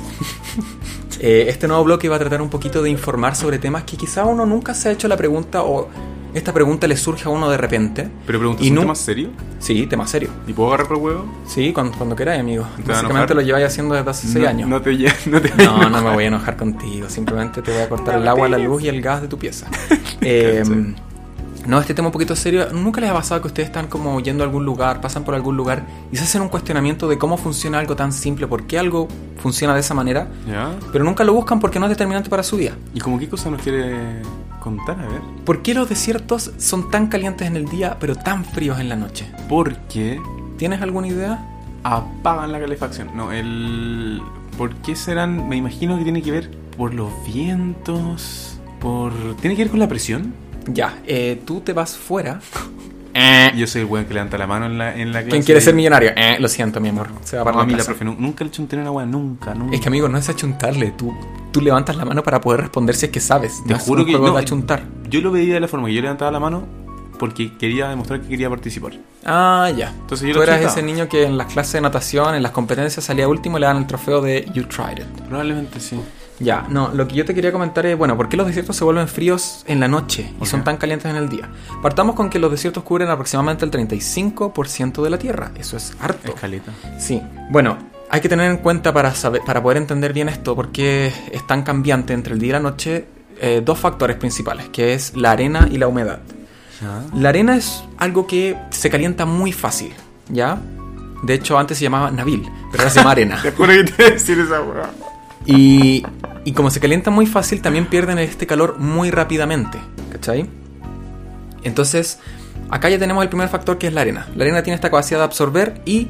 eh, este nuevo bloque va a tratar un poquito de informar sobre temas que quizá uno nunca se ha hecho la pregunta o esta pregunta le surge a uno de repente.
Pero preguntas,
Y
¿es un
no-
tema serio?
Sí, tema serio.
¿Y puedo agarrar por el huevo?
Sí, cuando, cuando queráis, amigo.
vas a
Básicamente
enojar?
lo lleváis haciendo desde hace 6
no,
años.
No te, lle- [laughs] no te
No, no me voy a enojar contigo. Simplemente te voy a cortar el agua, la luz y el gas de tu pieza. Eh, no, este tema un poquito serio. ¿Nunca les ha pasado que ustedes están como yendo a algún lugar, pasan por algún lugar y se hacen un cuestionamiento de cómo funciona algo tan simple? ¿Por qué algo funciona de esa manera?
¿Ya?
Pero nunca lo buscan porque no es determinante para su día.
¿Y como qué cosa nos quiere contar? A ver.
¿Por qué los desiertos son tan calientes en el día pero tan fríos en la noche?
Porque
¿Tienes alguna idea?
apagan la calefacción. No, el. ¿Por qué serán? Me imagino que tiene que ver por los vientos. Por. ¿Tiene que ver con la presión?
Ya, eh, tú te vas
[laughs]
fuera.
Eh, Yo soy el weón que levanta la mano en la, en la clase.
¿Quién quiere ser millonario? Eh, lo siento, mi amor. Se va para
No, a mí la
casa.
profe nu- nunca le he hecho un tener una weá, nunca, nunca.
Es que amigo, no es achuntarle, tú, tú levantas la mano para poder responder si es que sabes.
Te
no es
juro
un
que
juego
no.
de achuntar.
Yo lo veía de la forma que yo levantaba la mano porque quería demostrar que quería participar.
Ah, ya.
Entonces yo
tú
lo
eras
achuntaba.
ese niño que en las clases de natación, en las competencias salía último y le dan el trofeo de You Tried It.
Probablemente sí.
Ya, no, lo que yo te quería comentar es, bueno, ¿por qué los desiertos se vuelven fríos en la noche y son
Ajá.
tan calientes en el día? Partamos con que los desiertos cubren aproximadamente el 35% de la Tierra, eso es harto.
Escaleta.
Sí, bueno, hay que tener en cuenta para, saber, para poder entender bien esto, porque es tan cambiante entre el día y la noche, eh, dos factores principales, que es la arena y la humedad.
Ya.
La arena es algo que se calienta muy fácil, ¿ya? De hecho, antes se llamaba Nabil, pero ahora se llama
[laughs]
arena.
Te juro que te iba a decir esa weá.
Y, y como se calienta muy fácil, también pierden este calor muy rápidamente. ¿Cachai? Entonces, acá ya tenemos el primer factor que es la arena. La arena tiene esta capacidad de absorber y,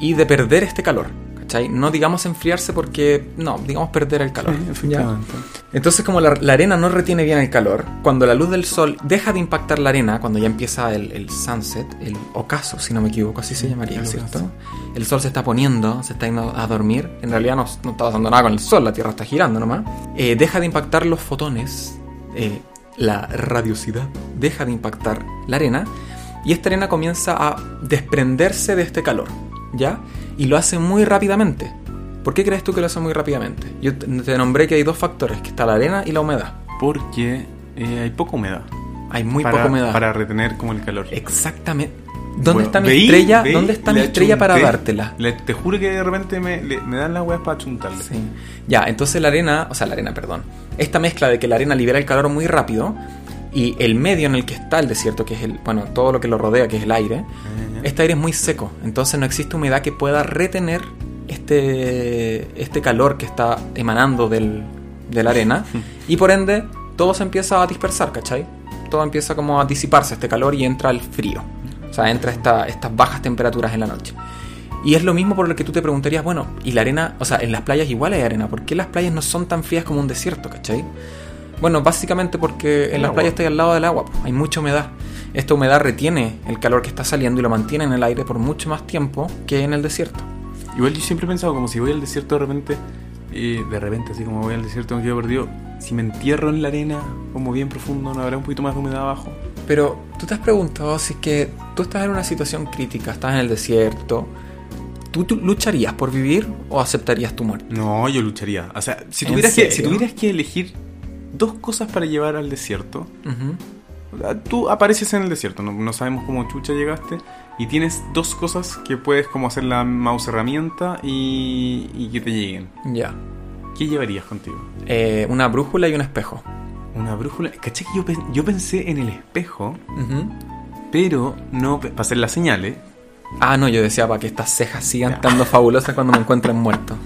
y de perder este calor. ¿Cachai? No digamos enfriarse porque, no, digamos perder el calor. ¿ya?
Efectivamente.
Entonces, como la, la arena no retiene bien el calor, cuando la luz del sol deja de impactar la arena, cuando ya empieza el, el sunset, el ocaso, si no me equivoco, así se llamaría,
Mm, El
¿cierto?
ocaso.
El sol se está poniendo, se está yendo a dormir. En realidad no, no está pasando nada con el sol, la Tierra está girando nomás. Eh, deja de impactar los fotones, eh, la radiosidad deja de impactar la arena, y esta arena comienza a desprenderse de este calor, ¿ya? Y lo hace muy rápidamente. ¿Por qué crees tú que lo hace muy rápidamente? Yo te- te nombré que hay dos factores, que está la arena y la humedad.
Porque eh, hay poca humedad.
Hay muy
para,
poca humedad.
Para retener como el calor.
Exactamente. ¿Dónde
Bueno,
está mi
veí-
estrella?
veí,
¿Dónde está
le
mi estrella para
achunté.
dártela?
Le- te juro que de repente me, le- me dan las weas para chuntarle.
Sí. Ya, entonces la arena, o sea, la arena, perdón. Esta mezcla de que la arena libera el calor muy rápido y el medio en el que está el desierto, que es el, bueno, todo lo que lo rodea, que es el aire,
Eh,
este aire es muy seco, entonces no existe humedad que pueda retener este, este calor que está emanando del, de la arena y por ende todo se empieza a dispersar, ¿cachai? Todo empieza como a disiparse este calor y entra el frío, o sea, entra esta, estas bajas temperaturas en la noche. Y es lo mismo por lo que tú te preguntarías, bueno, y la arena, o sea, en las playas igual hay arena, ¿por qué las playas no son tan frías como un desierto, ¿cachai? Bueno, básicamente porque en
El
las
agua.
playas estoy al lado del agua, po, hay mucha humedad. Esta humedad retiene el calor que está saliendo y lo mantiene en el aire por mucho más tiempo que en el desierto.
Igual yo siempre he pensado como si voy al desierto de repente, eh, de repente así como voy al desierto me quedo perdido, si me entierro en la arena como bien profundo no habrá un poquito más de humedad abajo.
Pero tú te has preguntado si es que tú estás en una situación crítica, estás en el desierto, ¿tú, tú lucharías por vivir o aceptarías tu muerte?
No, yo lucharía. O sea, si
¿En
tuvieras, que, si
serio?
tuvieras que elegir dos cosas para llevar al desierto,
Ujú.
o sea, tú apareces en el desierto, no, no sabemos cómo chucha llegaste, y tienes dos cosas que puedes como hacer la mouse herramienta y, y que te lleguen.
Ya.
¿Qué llevarías contigo?
Eh, una brújula y un espejo.
Una brújula. ¿Caché que yo, pen- yo pensé en el espejo,
Ujú.
pero no pe- para hacer las señales?
Ah, no, yo decía para que estas cejas sigan estando fabulosas cuando me encuentren muerto.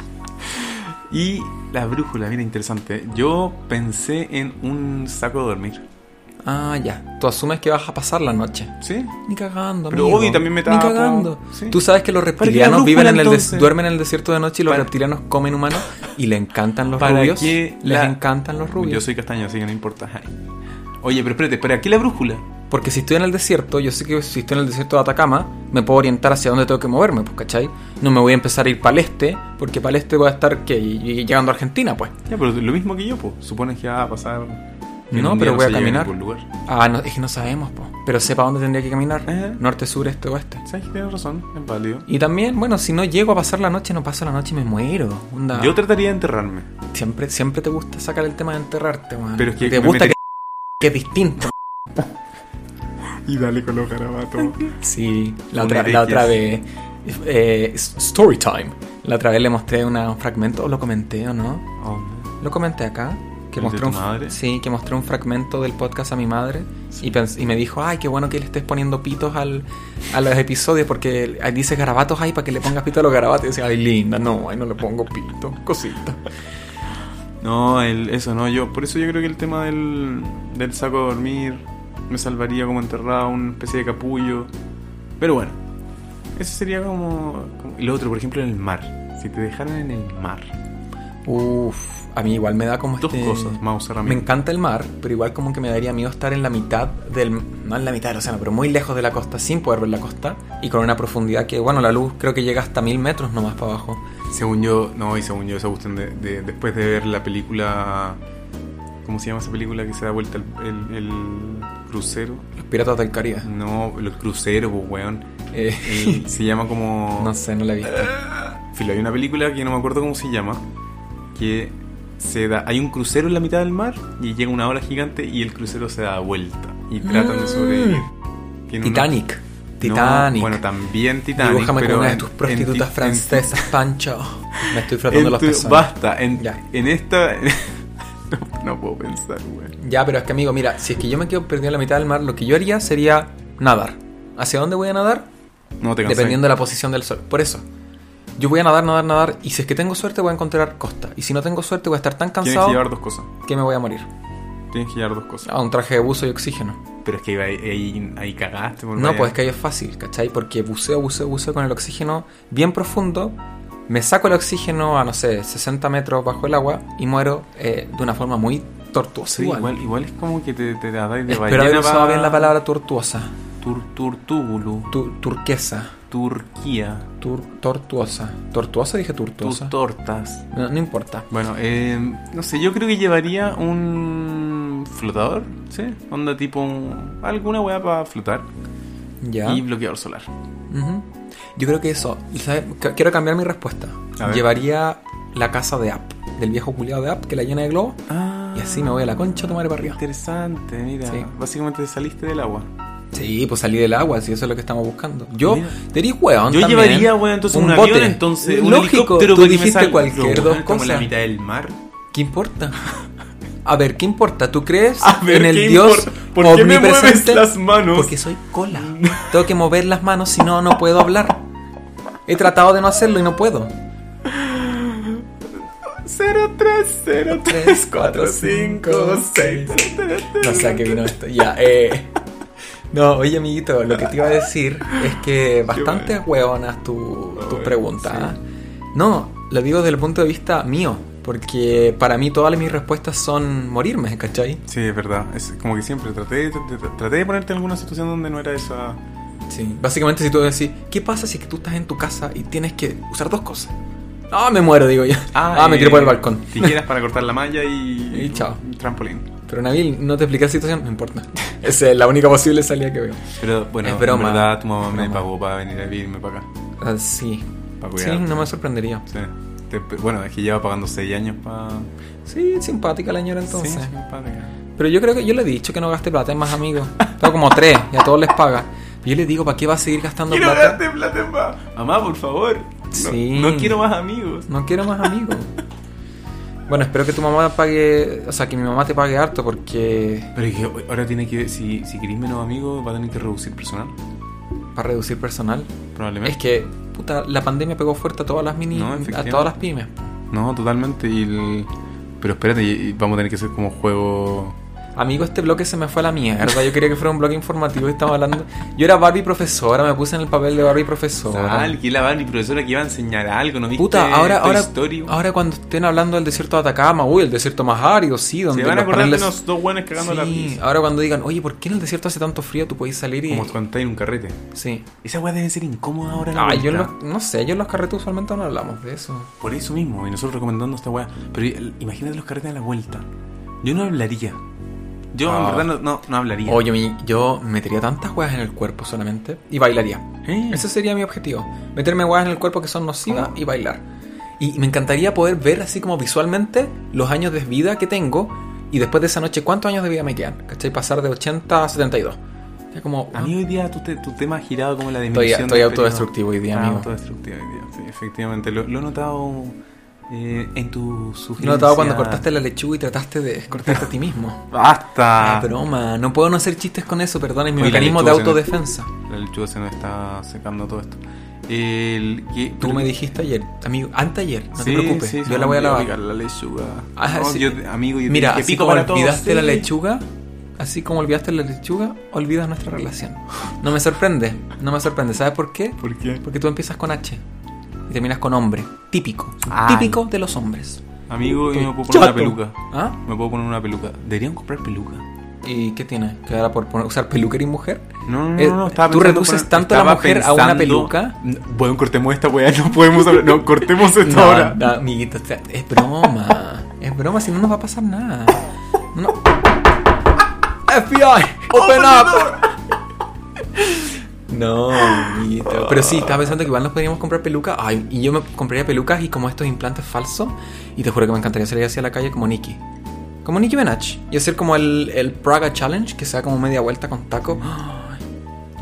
Y la brújula, mira, interesante. Yo pensé en un saco de dormir.
Ah, ya. Tú asumes que vas a pasar la noche.
¿Sí?
Ni cagando,
Pero
amigo.
obvio, también me
Ni
tapo.
cagando.
Sí.
Tú sabes que los
qué la
reptilianos
brújula,
viven en el des-
entonces?
duermen en el desierto de noche y los
¿Para-
reptilianos comen humanos y le encantan los
¿Para
rubios.
qué
Les
la-
encantan los rubios.
Yo soy castaño, así que no importa. [laughs] Ay. Oye, pero espérate, ¿para qué la brújula?
Porque si estoy en el desierto, yo sé que si estoy en el desierto de Atacama, me puedo orientar hacia dónde tengo que moverme, pues, ¿cachai? No me voy a empezar a ir para el este, porque para el este voy a estar ¿qué? Y- y llegando a Argentina, pues.
Ya, pero lo mismo que yo, pues. Supones que va a pasar. que
No,
en un
pero
día
voy a
se llega
caminar.
ningún lugar.
Ah, no, es que no sabemos, pues. Pero sepa dónde tendría que caminar.
Ajá.
Norte, sur, este, oeste.
¿Sabes que tienes razón? Es válido.
Y también, bueno, si no llego a pasar la noche, no paso la noche y me muero. Onda.
Yo trataría de enterrarme.
Siempre, siempre te gusta sacar el tema de enterrarte, weón.
Pero es que
te
me
gusta
metería-
que, que es distinto.
Y dale con los garabatos.
Sí, la
Una
otra,
de
la otra
ellas.
vez. eh, s- story time. La otra vez le mostré una- un fragmento, o lo comenté o no.
[laughs] Oh, man.
Lo comenté acá. Que
¿El de
mostré
tu
un, f-
madre?
Sí, que mostré un fragmento del podcast a mi madre.
Sí.
Y, pens- y me dijo, ay, qué bueno que le estés poniendo pitos al, a los episodios, porque ahí dice garabatos ahí para que le pongas pito a los garabatos. Y decía, ay, linda, no, ahí no le pongo pito, cosita.
No, el- eso no, yo. Por eso yo creo que el tema del, del saco de dormir me salvaría como enterrado, una especie de capullo. Pero bueno, eso sería como, como- Y lo otro, por ejemplo, en el mar. Si te dejaran en el mar.
Uf, a mí igual me da como
Dos
este-
cosas, mouse
Me
herramienta.
encanta el mar, pero igual como que me daría miedo estar en la mitad del... No en la mitad del océano, pero muy lejos de la costa, sin poder ver la costa. Y con una profundidad que, bueno, la luz creo que llega hasta mil metros nomás para abajo.
Según yo, no, y según yo, se gustan de, de- después de ver la película. ¿Cómo se llama esa película que se da vuelta el, el- el crucero?
Los piratas del Caribe.
No, el crucero, pues, weón.
Eh, [laughs]
El- se llama como. Eh,
no sé, no la he visto.
Filo, hay una película que no me acuerdo cómo se llama, que se da, hay un crucero en la mitad del mar y llega una ola gigante y el crucero se da vuelta y tratan de sobrevivir. Tiene una-
Mm. Titanic.
No,
Titanic.
bueno, también Titanic.
Dibújame
pero
con una de
en-
tus
en
prostitutas
ti- en ti-
francesas, Pancho. Me estoy
en
frotando los
tu-
pezones.
Basta, en,
Ya.
en esta. [laughs] no, no puedo pensar, güey.
Ya, pero es que amigo, mira, si es que yo me quedo perdido en la mitad del mar, lo que yo haría sería nadar. ¿Hacia dónde voy a nadar?
No te cansé.
Dependiendo de la posición del sol. Por eso, yo voy a nadar, nadar, nadar. Y si es que tengo suerte, voy a encontrar costa. Y si no tengo suerte, voy a estar tan
Tienes que
cansado
llevar dos cosas.
que me voy a morir.
Tienes que llevar dos cosas.
A un traje de buzo y oxígeno.
Pero es que ahí, ahí, ahí cagaste, por
No,
vaya.
pues es que ahí es fácil, ¿cachai? Porque buceo, buceo, buceo con el oxígeno bien profundo, me saco el oxígeno a, no sé, 60 metros bajo el agua y muero eh, de una forma muy tortuosa.
Sí,
igual.
igual. igual, es como que te, te la dais de
Espero haber
ballena
usado
pa-
bien la palabra tortuosa.
Tur, turtúbulo,
Tu- turquesa.
Turquía,
Tur- tortuosa. ¿Tortuosa? Dije
tus
tortuosa.
tortas.
No, no importa.
Bueno, eh, no sé, yo creo que llevaría un flotador, ¿sí? Onda tipo un- alguna weá para flotar
Ya.
y bloqueador solar.
Ujú. Yo creo que eso. ¿Y sabe? Qu- Quiero cambiar mi respuesta.
A ver.
Llevaría la casa de App, del viejo culiado de App que la llena de globos.
Ah,
Y así me voy a la concha a tomar para arriba.
Interesante, mira.
Sí.
Básicamente te saliste del agua.
Sí, pues salí del agua, si eso es lo que estamos buscando. Yo,
Mira.
te diría, weón.
Yo
también,
llevaría, weón, entonces un, avión,
bote.
entonces un
Lógico,
helicóptero
tú
para que me
dijiste
salga.
cualquier
Pero,
dos
weón, Como en la
cosas.
mitad del mar.
¿Qué importa? [laughs] A ver, ¿qué importa? ¿Tú crees
A ver,
Ah, en el
¿qué
Dios
importa? ¿Por qué me mueves
omnipresente?
las manos?
Porque soy cola. Tengo que mover las manos, si no, no puedo hablar. He tratado de no hacerlo y no puedo.
03, 03, 4, 5, 6.
No sé a qué vino esto. Ya, eh. No, oye, amiguito, lo que te iba a decir es que bastante hueonas tu- tus
Ay,
preguntas. ¿ah? No, lo digo desde el punto de vista mío, porque para mí todas mis respuestas son morirme, ¿cachai?
Sí, es verdad. Es como que siempre traté, traté, traté de ponerte en alguna situación donde no era esa.
Sí. Básicamente, si tú decís, ¿qué pasa si es que tú estás en tu casa y tienes que usar dos cosas? Ah, me muero, digo yo. Ah, me
eh,
tiro por el balcón.
Tijeras para cortar la malla y.
Y chao.
un Trampolín.
Pero Nabil, no te expliqué la situación, no [laughs] importa. Esa es la única posible salida que veo.
Pero bueno,
Es broma,
en verdad tu mamá
es
me
broma.
pagó para venir a vivirme para acá.
Ah, sí.
Para
Sí,
cuidar.
no me sorprendería.
bueno, es que lleva pagando 6 años para.
Sí, simpática la señora entonces.
para
Pero yo creo que yo le he dicho que no gaste plata en más amigos. Tengo como tres y a todos les paga. Y yo le digo, ¿para qué va a seguir gastando
Quiero
plata?
darte plata más. Mamá, por favor. No-
Sí.
No, quiero más amigos.
No quiero más amigos. bueno, espero que tu mamá pague, o sea, que mi mamá te pague harto porque
Pero es que ahora tiene que. Si, si queréis menos amigos, va a tener que reducir personal.
para reducir personal.
Probablemente.
Es que puta, la pandemia pegó fuerte a todas las mini,
No,
a
efectivamente.
todas las pymes.
No, totalmente. Y el- Pero espérate, y- y vamos a tener que hacer como juego.
Amigo, este bloque se me fue a la mierda. Yo quería que fuera un bloque informativo y estaba hablando. Yo era Barbie profesora, me puse en el papel de Barbie profesora.
Sal, que la mi profesora que iba a enseñar algo, ¿no viste?
Puta, ahora,
Toy
ahora,
Story, weón?
ahora cuando estén hablando del desierto de Atacama, uy, el desierto más árido, sí, donde
Se van
los
a acordar de
paneles-
unos dos buenos cagando la
Sí,
pizza.
ahora cuando digan, oye, ¿por qué en el desierto hace tanto frío? Tú podés salir y...
Como cuando en un carrete.
Sí.
Esa weá debe ser incómoda ahora. la
Ah, yo en
vuelta.
los- no sé, yo en los carretos usualmente no hablamos de eso.
Por eso mismo, y nosotros recomendando esta weá. Pero el- imagínate los carretes a la vuelta. Yo no hablaría. Yo en
Ah.
verdad no, no, no hablaría.
Oye, mi- yo metería tantas huevas en el cuerpo solamente y bailaría.
Eh.
Ese sería mi objetivo. Meterme huevas en el cuerpo que son nocivas y bailar. Y me encantaría poder ver así como visualmente los años de vida que tengo y después de esa noche cuántos años de vida me quedan. ¿Cachai? Pasar de 80 a 72. Ya como...
A mí hoy día tu, te- tu tema ha girado como la
Estoy-
disminución.
estoy
del
autodestructivo
periodo.
hoy día,
Ah,
amigo.
autodestructivo hoy día, sí, efectivamente. Lo, lo he notado eh, en tu sugerencia.
Lo he notado cuando cortaste la lechuga y trataste de cortarte a ti
[laughs]
mismo.
¡Basta!
Ah, broma, no puedo no hacer chistes con eso, perdón, es mi
Oye, la
mecanismo de
lechuga se me-
autodefensa.
La lechuga se nos está secando todo esto. El, que,
Tú
pero-
me dijiste ayer, amigo, anteayer, no
Sí,
te preocupes,
sí,
yo la voy a lavar.
obligar la lechuga.
Ah,
No,
sí.
yo- amigo, yo
Mira,
dije,
así
pico
como
para todos,
olvidaste la
sí.
lechuga, así como olvidaste la lechuga, olvidas nuestra relación. No me sorprende, no me sorprende. ¿Sabes por qué?
¿Por qué?
Porque tú empiezas con H y terminas con hombre, típico,
Ay.
típico de los hombres.
Amigo, yo me puedo poner
Chato.
una peluca.
¿Ah?
Me puedo poner una peluca. Deberían comprar peluca.
¿Y qué tiene? ¿Que ahora por poner- usar peluquería y
[laughs]
mujer?
No, no,
Eh,
no, no, estaba
¿tú
pensando
reduces
poner-
tanto a la
estaba
mujer a una
pensando-
peluca?
N- Bueno, cortemos esta weá, [laughs] no podemos hablar-
[laughs]
No, cortemos esta
No,
hora.
no, amiguito, o sea, es broma. es broma, si no nos va a pasar nada.
[laughs]
No. FBI, open up. No,
Ah,
amiguito. Pero sí, estaba pensando que igual nos podríamos comprar pelucas. Ay, y yo me compraría pelucas y como estos implantes falsos. Y te juro que me encantaría salir hacia la calle como Nicky. Como Nicky Minaj. Y hacer como el, el Praga Challenge, que sea como media vuelta con
[gasps]
taco.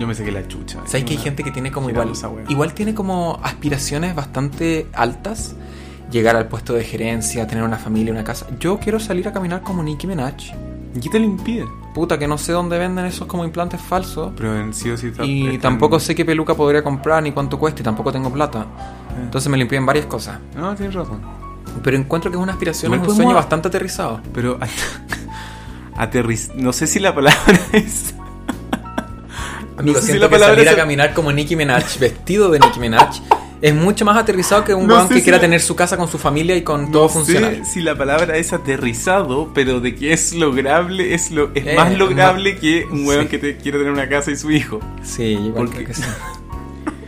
Yo me saqué la chucha.
[gasps] ¿Sabes que hay gente que tiene como
Girando
igual,
esa wea.
igual tiene como aspiraciones bastante altas? Llegar al puesto de gerencia, tener una familia, una casa. Yo quiero salir a caminar como Nicki Minaj.
¿Y ¿Qué te lo impide?
Puta, que no sé dónde venden esos como implantes falsos.
Pero en sí o sí tra-
Y
están-
tampoco sé qué peluca podría comprar ni cuánto cuesta y tampoco tengo plata. Entonces me lo impiden varias cosas.
eh. No, tienes razón.
Pero encuentro que es una aspiración,
Igual
es un
podemos-
sueño bastante aterrizado.
Pero [laughs] aterriz... No sé si la palabra [laughs] es...
Amigo,
sé si
siento
la
que
palabra
salir
es-
a caminar como Nicki Minaj, [laughs] vestido de Nicki Minaj, es mucho más aterrizado que un
No
weón
sé
que
si
quiera
la-
tener su casa con su familia y con todo
no
funcional.
sé si la palabra es aterrizado, pero de que es lograble, es lo es
Eh,
más lograble que un hueón
sí.
que te quiere tener una casa y su hijo.
Sí, igual
Porque-
creo
[laughs]
que sí.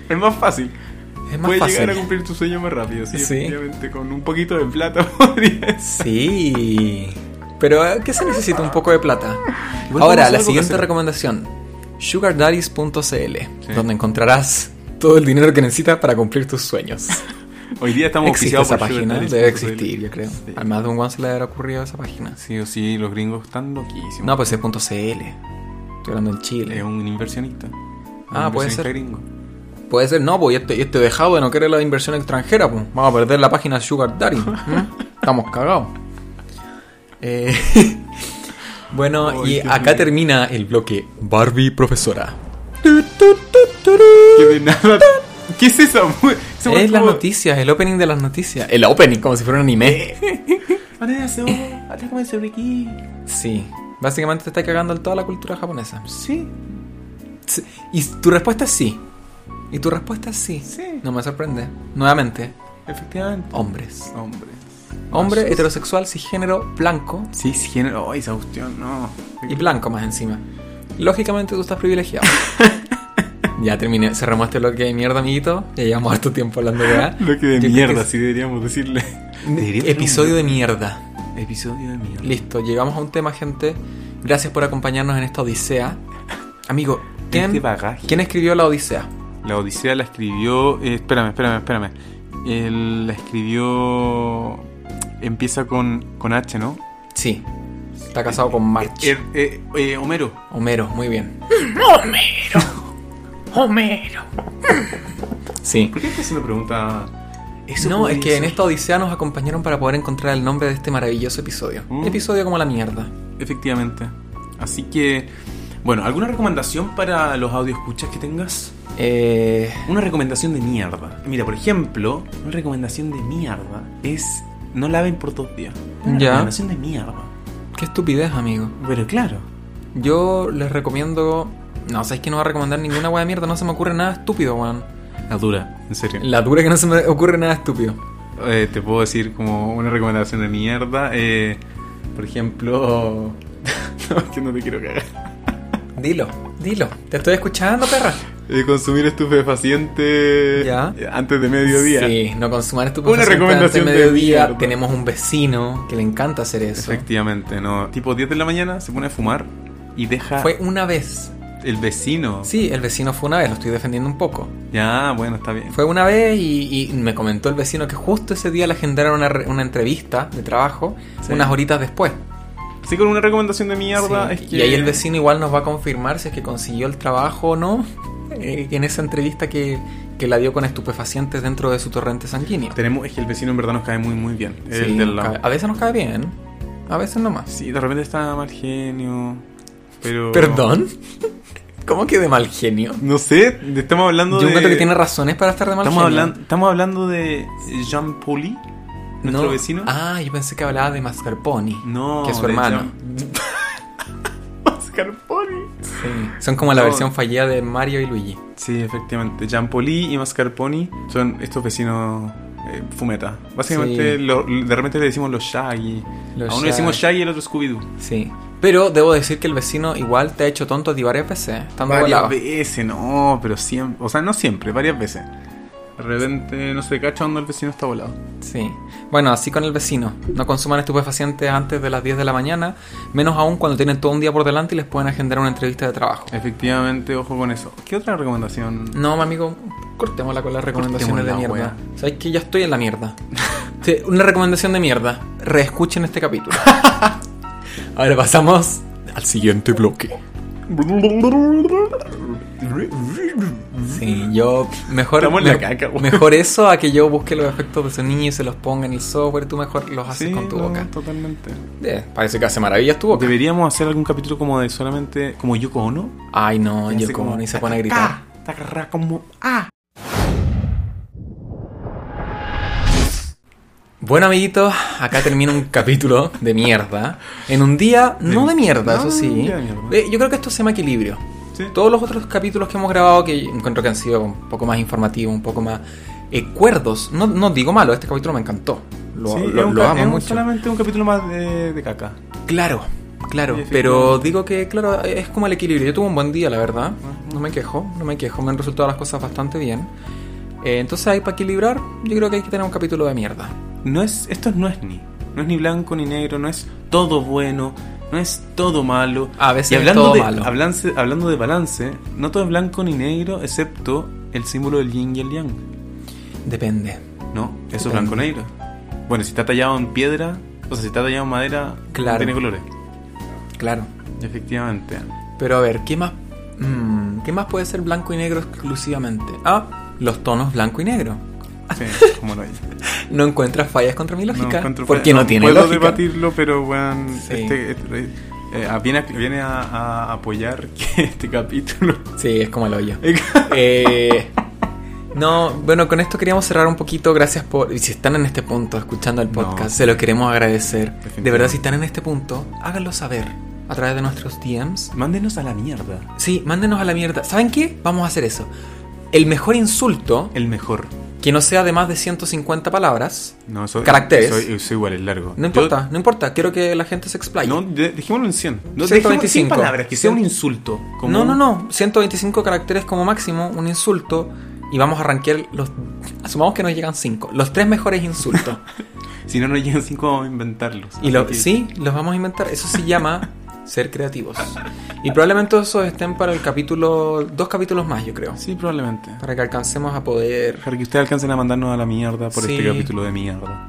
Es más fácil.
Es más
Puedes
fácil.
llegar a cumplir tu sueño más rápido, sí,
Sí.
efectivamente, con un poquito de plata [laughs] podrías.
Sí. Pero eh, ¿qué se necesita? Un poco de plata.
Igual
Ahora,
podemos
la
hacer
siguiente
algo
recomendación. sugardaddies.cl,
Sí.
donde encontrarás todo el dinero que necesitas para cumplir tus sueños.
Hoy día estamos
¿Existe
oficiados
esa
por
página?
Sugar Daddy.
Debe existir, yo creo. Ah,
Sí.
Al más de un guan se le habrá ocurrido esa página.
Sí o sí, los gringos están loquísimos.
No, pues es .cl. Estoy hablando en
Es
Chile.
un inversionista. Un
Ah, puede
inversionista
ser.
gringo.
Puede ser, no, pues y este, y este dejado de no querer la inversión extranjera, pues vamos a perder la página Sugar Daddy. [laughs] ¿m? Estamos cagados. Eh, [laughs] bueno,
Ay,
y
qué
acá
horrible.
termina el bloque Barbie Profesora.
Que de nada. [laughs] ¿Qué es eso? [laughs] Se
Es las
como-
noticias, el opening de las noticias. Eh, El opening, como si fuera un anime.
Vanessa, oh, atácame ese Ricky.
Sí, básicamente te está cagando en toda la cultura japonesa.
Sí,
Sí, Y tu respuesta es sí. Y tu respuesta es sí.
Sí.
No me sorprende. Nuevamente,
efectivamente.
hombres.
Hombre.
Hombre
Machos.
heterosexual, cisgénero, blanco.
Sí, sí, género. Ay, esa cuestión, no.
Y blanco más encima. Lógicamente tú estás
[laughs]
privilegiado. ya terminé, cerramos este bloque de mierda, amiguito. Ya llevamos harto tiempo hablando de
[laughs]
weá.
Lo que
Yo
de
creo
mierda,
que
sí deberíamos decirle. [laughs]
es- Episodio de mierda.
de... Episodio de mierda.
Listo, llegamos a un tema, gente. Gracias por acompañarnos en esta odisea. Amigo,
Este
¿quién,
bagaje.
¿quién escribió la odisea?
La Odisea la escribió. eh, espérame, espérame, espérame. Él la escribió. Empieza con, con H, ¿no?
Sí, está casado con March.
Eh, eh, eh, Homero.
Homero, muy bien. Homero. Homero. Sí.
¿Por qué es una pregunta? Eso
No,
podría
es que en
ser.
esta odisea nos acompañaron para poder encontrar el nombre de este maravilloso episodio.
Mm.
Episodio como la mierda.
Efectivamente. Así que, bueno, ¿alguna recomendación para los audio escuchas que tengas?
Eh,
Una recomendación de mierda. Mira, por ejemplo, una recomendación de mierda es no laven por dos días. Una
Ya.
recomendación de mierda.
qué estupidez, amigo.
Pero claro.
Yo les recomiendo... No, sabéis que no voy a recomendar ninguna hueá de mierda. No se me ocurre nada estúpido, weón.
La dura, en serio.
La dura que no se me ocurre nada estúpido.
Eh, te puedo decir como una recomendación de mierda. eh, por ejemplo... [laughs] no, es que no te quiero cagar.
Dilo, dilo. Te estoy escuchando, perra.
Eh, consumir estupefacientes
Ya.
eh, antes de mediodía.
Sí, no consuman
Una
estupefacientes
recomendación
antes
de
de mediodía.
mierda.
Tenemos un vecino que le encanta hacer eso.
Efectivamente, no. Tipo 10 de la mañana se pone a fumar y deja
Fue una vez.
el vecino.
Sí, el vecino fue una vez, lo estoy defendiendo un poco.
Ya, bueno, está bien.
Fue una vez y, y me comentó el vecino que justo ese día le agendaron una, re- una entrevista de trabajo
Sí.
unas horitas después.
Así con una recomendación de mierda
Sí,
es que.
Y ahí el vecino igual nos va a confirmar si es que consiguió el trabajo o no eh, en esa entrevista que, que la dio con estupefacientes dentro de su torrente sanguíneo.
Tenemos, es que el vecino en verdad nos cae muy, muy bien. El
Sí,
del lado.
cabe- a veces nos cae bien, a veces no más.
Sí, de repente está mal genio. Pero.
¿Perdón? [laughs] ¿Cómo que de mal genio?
No sé, estamos hablando
Yo
de.
encuentro que tiene razones para estar de mal
estamos,
genio.
hablando, estamos hablando de Jean Pauli, nuestro
No.
vecino.
Ah, yo pensé que hablaba de Mascarpone.
no.
Que es su
de
hermano.
Jean- [laughs] Oscar Poli.
Sí. Son como la
No.
versión fallida de Mario y Luigi.
Sí, efectivamente. Giampoli y Mascarponi son estos vecinos eh, fumeta. Básicamente,
Sí.
lo- de repente le decimos los Shaggy.
Los
a uno le decimos
Shaggy.
Shaggy y al otro Scooby-Doo.
Sí. Pero debo decir que el vecino igual te ha hecho tonto a ti varias veces. Estando
Varias
volado.
veces, no, pero siempre. O sea, no siempre, varias veces. De repente no se cacha cuando el vecino está volado.
Sí. Bueno, así con el vecino. No consuman estupefacientes antes de las 10 de la mañana, menos aún cuando tienen todo un día por delante y les pueden agendar una entrevista de trabajo.
Efectivamente, ojo con eso. ¿Qué otra recomendación?
No, mi amigo, cortémosla con las recomendaciones de
Cortémosla,
mierda. Sabes que ya estoy en la [laughs] mierda. Sí, una recomendación de mierda. Reescuchen este [laughs] capítulo. Ahora pasamos.
Al siguiente bloque.
Mm. Sí, yo mejor,
Estamos en la
me-
caca, güey.
mejor eso a que yo busque los efectos de sonido y se los ponga en el software, tú mejor los haces
Sí,
con tu
no,
boca.
totalmente.
Eh, parece que hace maravillas tu boca.
Deberíamos hacer algún capítulo como de solamente como Yoko Ono.
Ay no,
Y
yo
hace
como
como
ni se pone a gritar.
¡Ah! Tacarra como ah.
Bueno, amiguitos, acá termina un capítulo de mierda. En un día, no de mierda,
no,
eso sí.
un día de mierda.
Eh, yo creo que esto se llama equilibrio.
Sí.
Todos los otros capítulos que hemos grabado, que encuentro que han sido un poco más informativos, un poco más eh, cuerdos. No, no digo malo, este capítulo me encantó. Lo,
Sí,
lo-
es un
lo
ca-
amo
es un-
mucho.
solamente un capítulo más de, de caca.
Claro, claro.
Sí,
Pero
efectivamente.
digo que, claro, es como el equilibrio. Yo tuve un buen día, la verdad.
Ah.
No me quejo, no me quejo. Me han resultado las cosas bastante bien. Eh, entonces, ahí para equilibrar, yo creo que hay que tener un capítulo de mierda.
No es, esto no es ni. No es ni blanco ni negro, no es todo bueno, no es todo malo.
A veces
Y hablando,
es todo
de,
malo.
hablance- hablando de balance, no todo es blanco ni negro, excepto el símbolo del yin y el yang.
Depende.
No, eso
Depende.
es blanco-negro. Bueno, si está tallado en piedra, o sea, si está tallado en madera,
Claro.
no tiene colores.
Claro.
Efectivamente.
Pero a ver, ¿qué más? mm, ¿Qué más puede ser blanco y negro exclusivamente? Ah, los tonos blanco y negro.
Sí,
[laughs]
como lo hay.
No encuentras fallas contra mi
No
lógica.
encuentro-
porque no tiene
puedo
lógica.
debatirlo, pero bueno,
Sí.
este, este, eh, ah, viene, a, viene a- a apoyar [laughs] que este capítulo.
Sí, es como el hoyo. [laughs] Eh, no, bueno, con esto queríamos cerrar un poquito. Gracias por. y Si están en este punto escuchando el
No.
podcast, se lo queremos agradecer. De verdad,
Definitivamente.
si están en este punto, háganlo saber a través de nuestros DMs.
Mándenos a la mierda.
Sí, mándenos a la mierda. ¿Saben qué? Vamos a hacer eso. El mejor insulto,
El mejor.
que no sea de más de 150 palabras,
No, eso,
Caracteres.
Soy, soy igual, es largo.
No importa, no importa. Quiero que la gente se
Yo-
explaye.
no,
No,
de- dejémoslo en 100. No,
125.
dejémoslo en 100 palabras, que sea un
Cien-
insulto. como
no, no,
un-
125 caracteres como máximo, un insulto. Y vamos a rankear los... Asumamos que nos llegan 5. Los tres mejores
[laughs]
insultos.
Si no nos llegan 5, vamos a inventarlos.
y lo,
Así que-
sí, los vamos a inventar. Eso se llama ser creativos. Y probablemente esos estén para el capítulo... Dos capítulos más, yo creo.
Sí, probablemente.
Para que alcancemos a poder...
Para que ustedes alcancen a mandarnos a la mierda por
Sí.
este capítulo de mierda.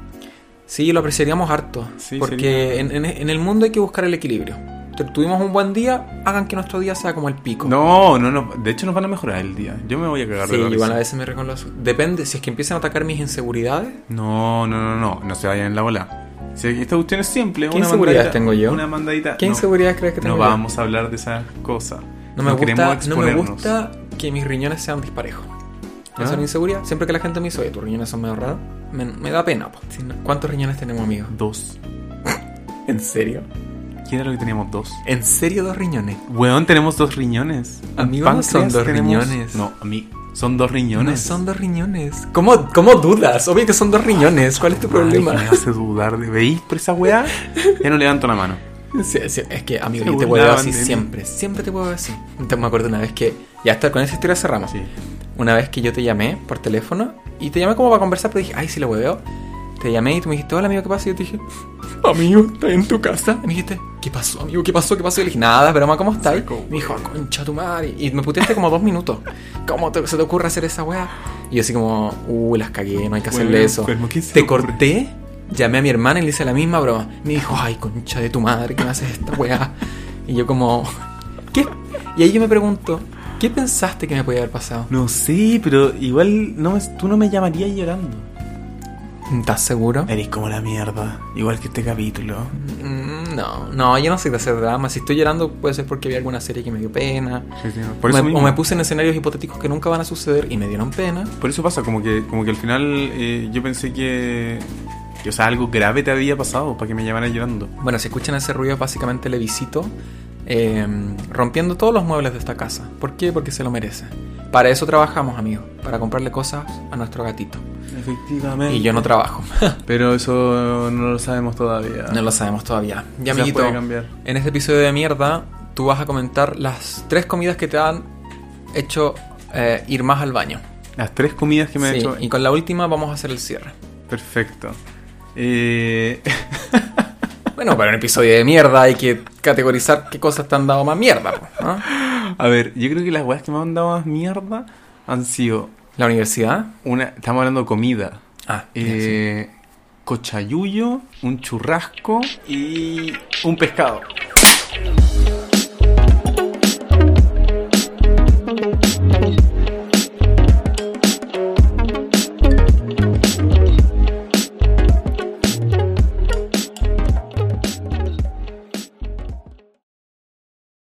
Sí, lo apreciaríamos harto.
Sí,
porque en, en- en el mundo hay que buscar el equilibrio. Tu- Tuvimos un buen día, hagan que nuestro día sea como el pico.
No, no, no. De hecho, nos van a mejorar el día. Yo me voy a cagar
Sí,
de la risa.
igual a veces me reconozco Depende, si es que empiezan a atacar mis inseguridades.
No, no, no, no. No se vayan en la bola. Si esta cuestión es simple.
¿Qué
una
inseguridades
mandadita-
tengo yo?
Una mandadita.
¿Qué
no,
inseguridades crees que tengo?
No
yo?
vamos a hablar de esas cosas.
No me, gusta,
queremos
no me
exponernos.
gusta que mis riñones sean disparejos. Eso
Ah.
es una inseguridad. Siempre que la gente me dice, oye, tus riñones son medio raros, me, me da pena. po. Si no- ¿Cuántos riñones tenemos, amigos?
Dos.
¿En serio?
¿Quién era lo que teníamos dos?
¿En serio dos riñones?
Weón, tenemos dos riñones.
Amigo, no son
Páncreas
dos
tenemos-
riñones.
No, a mí. Son dos riñones.
No son dos riñones. ¿Cómo, ¿Cómo dudas? Obvio que son dos riñones. ¿Cuál es tu
Ay,
problema?
me hace dudar de. ¿Veis por esa weá? Ya no levanto la mano.
[laughs] Sí, sí, es que, amigo,
Se
yo te puedo
burlaban
así
de mí.
siempre. Siempre te puedo así. Entonces me acuerdo una vez que. Ya está, con esa historia cerramos.
Sí.
Una vez que yo te llamé por teléfono y te llamé como para conversar, pero dije, ay, si lo hueveo. Te llamé y tú me dijiste, hola amigo, ¿qué pasa? Y yo te dije, [laughs] amigo, ¿estás en tu casa? Y me dijiste, ¿qué pasó, amigo? ¿Qué pasó? ¿Qué pasó? Y le dije, nada, broma, ¿cómo estás?
Saco.
Me dijo, concha tu madre. Y me puteaste como dos minutos. [laughs] ¿Cómo te- se te ocurre hacer esa wea? Y yo así como, uh, las cagué, no hay que
Bueno,
hacerle eso.
enfermo, ¿quién se
Te
le ocurre?
corté, llamé a mi hermana y le hice la misma broma. Me dijo, ay, concha de tu madre, ¿qué me haces esta wea? Y yo como, [laughs] ¿qué? Y ahí yo me pregunto, ¿qué pensaste que me podía haber pasado?
No sé, pero igual no me- tú no me llamarías llorando.
¿Estás seguro?
Eres como la mierda, igual que este capítulo.
Mm, No, no, yo no soy de hacer drama. Si estoy llorando puede ser porque vi alguna serie que me dio pena.
Por eso,
Me-
mismo.
o me puse en escenarios hipotéticos que nunca van a suceder y me dieron pena.
Por eso pasa, como que, como que al final eh, yo pensé que, que, o sea, algo grave te había pasado para que me llamaras llorando.
Bueno, si escuchan ese ruido, básicamente le visito eh, rompiendo todos los muebles de esta casa. ¿Por qué? Porque se lo merece. Para eso trabajamos, amigos. Para comprarle cosas a nuestro gatito.
Efectivamente.
Y yo no
[laughs]
trabajo. [laughs]
Pero eso no lo sabemos todavía.
no lo sabemos todavía. Ya,
Quizás
amiguito,
puede cambiar.
en este episodio de mierda, tú vas a comentar las tres comidas que te han hecho eh, ir más al baño.
Las tres comidas que me
Sí,
ha hecho.
Y con la última vamos a hacer el cierre.
Perfecto. Eh, [laughs]
Bueno, para un episodio de mierda hay que categorizar qué cosas te han dado más mierda. po, ¿no?
a ver, yo creo que las weas que me han dado más mierda han sido
La universidad.
una. Estamos hablando de comida.
Ah, ya, sí.
Eh, Cochayuyo, un churrasco y un pescado.